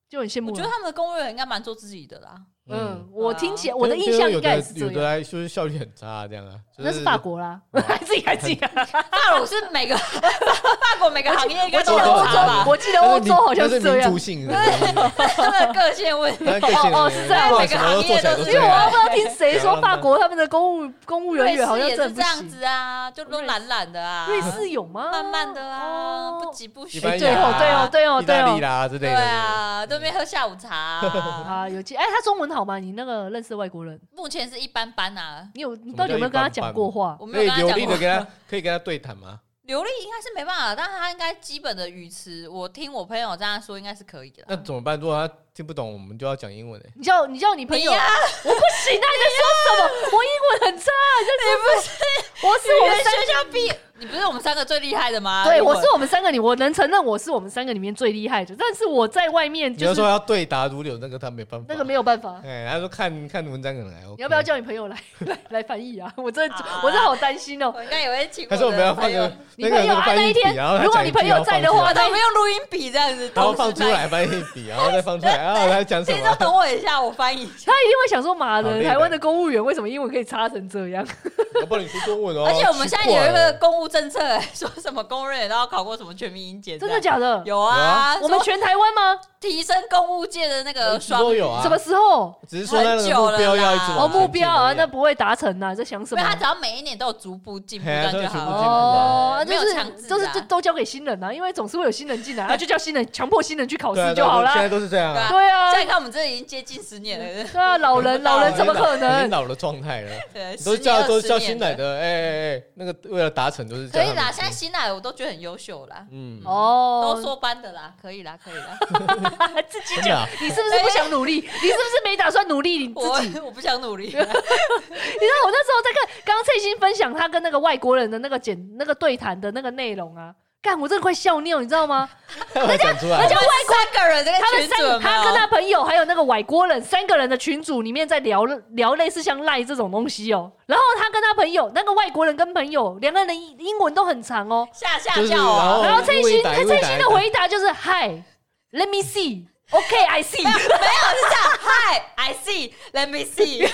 A: 就很羡
D: 我
A: 慕
D: 觉
A: 啊
D: 得。他们的公务员应该蛮做自己的啦。
A: 嗯，
D: 对
A: 我
D: 啊
A: 听起来我的
B: 就
A: 印象应该也
B: 有
A: 是
B: 的有
A: 这
B: 的
A: 样。
B: 来就是效率很差，这样啊，就
A: 那是法国啦，自己 还记得？
D: 法国是每个 法国每个行业应该
A: 我记
D: 都有
A: 得欧
D: 差
A: 洲，
D: 吧？
A: 我记得欧洲好像
B: 但是
A: 这
B: 民
A: 样
B: 族。性的东西，啊
D: 他们的个性问题。
B: 但可惜
A: 哦哦是这样
B: 不啊管什么都做起来都
A: 因
B: 这
A: 为我
B: 样
A: 不知道听谁说法国他们的公务公务人
D: 瑞
A: 员好
D: 士
A: 像
D: 也
A: 真的
D: 是
A: 不
D: 这样
A: 行。
D: 子啊，就都懒懒的啊，
A: 瑞士有吗？
D: 慢慢的啊，
A: 哦
D: 不急不徐
B: 西班
A: 对
B: 牙
A: 哦
B: 啊，
A: 对哦，对哦，
B: 意
A: 对
B: 大利
A: 哦。
B: 啦之类
D: 对
B: 的，
D: 啊，对面喝下午茶
B: 嗯
D: 啊。
A: 啊，有记哎，他中文好吗？你那个认识的外国人，
D: 目前是一般般啊，
A: 你有你到底有没有跟他讲过话？
D: 我
B: 可
D: 没
B: 以
D: 有跟
B: 流
D: 他
B: 利
D: 讲
B: 的
D: 过。
B: 跟他可以跟他对谈吗？
D: 流利应该是没办法，但他应该基本的语词，我听我朋友这样说应该是可以的
B: 那
D: 啦。
B: 怎么办？如果他听不懂，我们就要讲英文诶。欸
A: 你叫你叫你 朋友，
D: 你
A: 我
D: 呀
A: 不行啊！你在说什么？我英文很差，你在说什么？ 我是我
D: 哎你
A: 们
D: 们
A: 三
D: 学校毕业，你不是我们三个最厉害的吗？
A: 对，
D: 英
A: 我
D: 文
A: 是我们三个里，我能承认我是我们三个里面最厉害的，但是我在外面
B: 你
A: 就
B: 要
A: 是
B: 说要对答如流，那个他没办法，
A: 那个没有办法。
B: 哎，他说看看文章可能还 OK
A: 你要不要叫你朋友来来来翻译啊？我真的
D: 啊
A: 我真的好担心哦。
D: 我应该也会请
B: 还是我们
D: 的
B: 要放
D: 朋友
B: 个，
A: 你
B: 那
A: 朋
B: 个
A: 友
B: 个
A: 啊，
B: 翻
A: 那
B: 译
A: 一
B: 笔，
A: 天
B: 然后他
A: 如果
B: 讲一
A: 你
B: 句
A: 朋友
B: 然后
A: 在
B: 放
A: 的
B: 出
A: 话，
B: 来
A: 那
D: 那我们用录音笔这样子，
B: 然后
D: 同时
B: 放出来
D: 翻译。
B: 翻译笔，然后再放 出来，然后他讲什
D: 听众
B: 么？
D: 等我一下，我翻译一下。
A: 他一定会想说：妈
B: 好
A: 的，
B: 累的
A: 台湾的公务员为什么英文可以差成这 样？
B: 我帮你读中文哦。
D: 而且我们现在有一
B: 奇怪
D: 个
B: 了
D: 公务政策， 说什么公务人员都要考过什么全民英检，
A: 真的假的
D: 的？有啊，
A: 我们
D: 说
A: 全台湾吗？
D: 提升公务界的那个
B: 一直都
D: 双语，
B: 有啊，
A: 呃什么时候？
B: 只是说他那
D: 很
B: 个
D: 久
B: 目
D: 了
B: 标要一直
D: 啦
A: 哦，
B: 往前进而已
A: 目标啊，那不会达成呐，你在想什
D: 因为
A: 么？
D: 他只要每一年都有逐步进步，这
B: 嘿啊
D: 样就
B: 都有
D: 好
B: 逐步
D: 了。
B: 进步
A: 哦，
D: 没
A: 就
D: 有
A: 是
D: 强制
A: 都是
D: 啊
A: 就都交给新人啊，因为总是会有新人进来，啊，就叫新人强迫新人去考
B: 对啊
A: 试就好
B: 对啊现
A: 啦。
B: 在都是这样啊，
A: 对对啊，
D: 再看我们这已经接近十年了，
A: 对啊，老人老人怎么可
B: 已经
A: 能？
B: 老了状态了，
D: 对，
B: 都
D: 十年
B: 叫
D: 二
B: 都
D: 十
B: 叫
D: 年
B: 新奶
D: 了，
B: 的，哎哎哎，那个为了达成都是
D: 可以啦。现
B: 现
D: 在新奶我都觉得很优秀啦，
B: 嗯，
A: 哦
D: 都，说班的啦，可以啦，可以 啦。
A: 自己
B: 真的
A: 讲，
B: 啊，
A: 你是不是不想努 力？你是不是没打算努力你自己？
D: 我我不想努 力，
A: 你知道我那时候在看，刚刚翠欣分享她跟那个外国人的那个简那个对谈的那个内容啊，干我真的快笑尿，你知道 吗？
B: 要讲出来
D: 就，外三个人这个
A: 他们
D: 群主有
A: 三，他
D: 没
A: 跟
D: 有？
A: 他朋友还有那个外国人三个人的群组里面在聊聊类似像赖这种东西哦、然后他跟他朋友那个外国人跟朋友两个人的英英文都很长哦、
D: 下下
B: 就是
D: 叫
B: 然
D: 啊
B: 后，
A: 然后翠
B: 因
A: 欣
B: 为打
A: 他
B: 因为
A: 翠
B: 打
A: 欣的回答就是 Hi，Let me see，OK，I see。
D: 是这样，Hi，I see，Let me see，我真是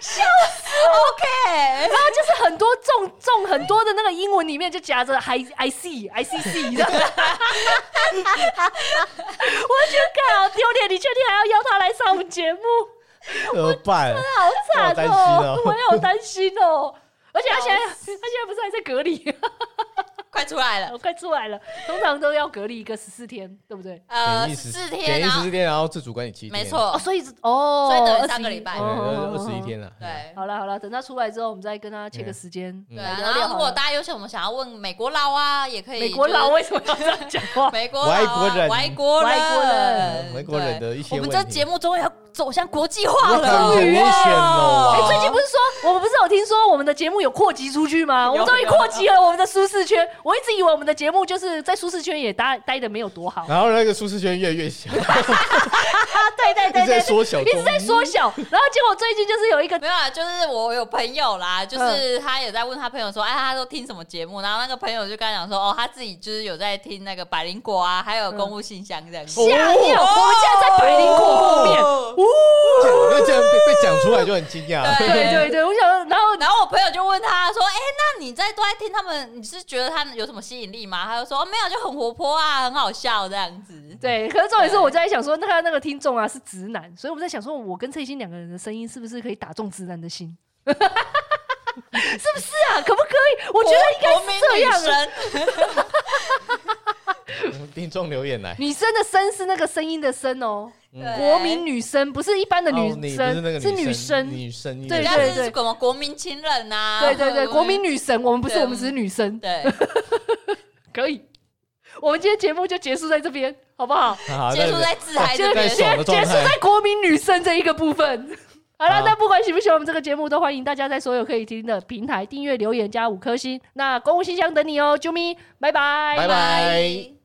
D: 笑死。OK，
A: 然后就是很多重重很多的那个英文里面就夹着 I I C I C C 的，我就觉得干好丢脸！你确定还要邀他来上我们节目？
B: 怎么办？啊
A: 好惨哦
B: 我好担心哦、
A: 我也好担心哦、 而且他现在他现在不是还在隔离，
D: 快出来了，
A: 我快出来了。通常都要隔离一个十四天，对不对？
D: 呃，
B: 简易
D: 十
B: 十
D: 四
B: 简
A: 啊
D: 天，
B: 易
D: 然
B: 十
D: 后
B: 四天，然后自主管理七天，
D: 没
A: 哦，
D: 错，
A: 所以哦，
D: 所以等于
A: 21
D: 三个礼拜
B: 对，
A: 哦哦
B: 二
A: 哦
B: 十一
A: 哦
B: 天了，
D: 对。啊
A: 好了好了，等他出来之后，我们再跟他切个
B: 嗯
A: 时间。
B: 嗯
D: 对啊，
A: 聊
D: 然
A: 聊
D: 后如果
A: 好了
D: 大家有什么想要问美国佬啊，也可以。
A: 美国佬，为什么要这样讲话？
D: 美国佬啊
B: 外国人
D: 外国人，
A: 外国人
B: 嗯外国人的一些
D: 对我
B: 问题，
D: 们这节目终于要走向国际化了，
B: 哇很危险哦
A: 哎、
B: 哇
A: 最近不是说我们不是有听说我们的节目有扩及出去吗？我们终于
D: 有
A: 扩及了我们的舒适圈。我一直以为我们的节目就是在舒适圈也待待的没有多好，
B: 然后那个舒适圈越来越小，
A: 对对
B: 一直在缩
D: 哎
B: 小，
A: 一直在缩小。然后结果哎最近就是有嗯一个
D: 没有啊，就是我有朋友啦，就是他也在问他朋友说，哎，他都听什么节目？然后那个朋友就跟他讲说，哦，他自己就是有在听那个百灵果啊，还有公务信箱这样子。
B: 哦
A: 吓尿，我们竟然在百灵果后面。
D: 哦
B: 那这样被被讲出来就很惊讶，
D: 对
A: 对对对，我想说，然后
D: 然后我朋友就问他说：“哎、那你在都在听他们，你是觉得他们有什么吸引力吗？”他就说：“哦，没有，就很活泼啊，很好笑这样子。
A: 对，可是重点是我在想说，那个那个听众啊是直男，所以我在想说，我跟蔡欣两个人的声音是不是可以打中直男的心？ 是不是啊？可不可以？我
D: 我
A: 觉得应该
D: 国民
A: 是这样啊
D: 女。神
B: 听众留言来，
A: 女生的声是那个声音的声哦，
D: 对
A: 国民女生不是一般的
B: 哦
A: 女
B: 你不是那
A: 生，
B: 个
A: 是女生。
B: 女生
A: 对
D: 人
A: 对
D: 家
A: 对
D: 是什么国民情人呐、啊？
A: 对对对，国民女神，我们不是，
D: 对
A: 我们只是女生，
D: 对。
A: 可以。我们今天节目就结束在这边，好不好？
B: 好
D: 结
B: 那
D: 束
B: 个
D: 在自嗨这
A: 结
B: 在
D: 边。
B: 爽的
A: 结
B: 状
A: 束
B: 态
A: 在国民女生这一个部分。好了，
B: 好
A: 那不管喜不喜欢我们这个节目，都欢迎大家在所有可以听的平台订阅、留言加五颗星。那公务信箱等你哦，啾咪，拜拜，
B: 拜拜。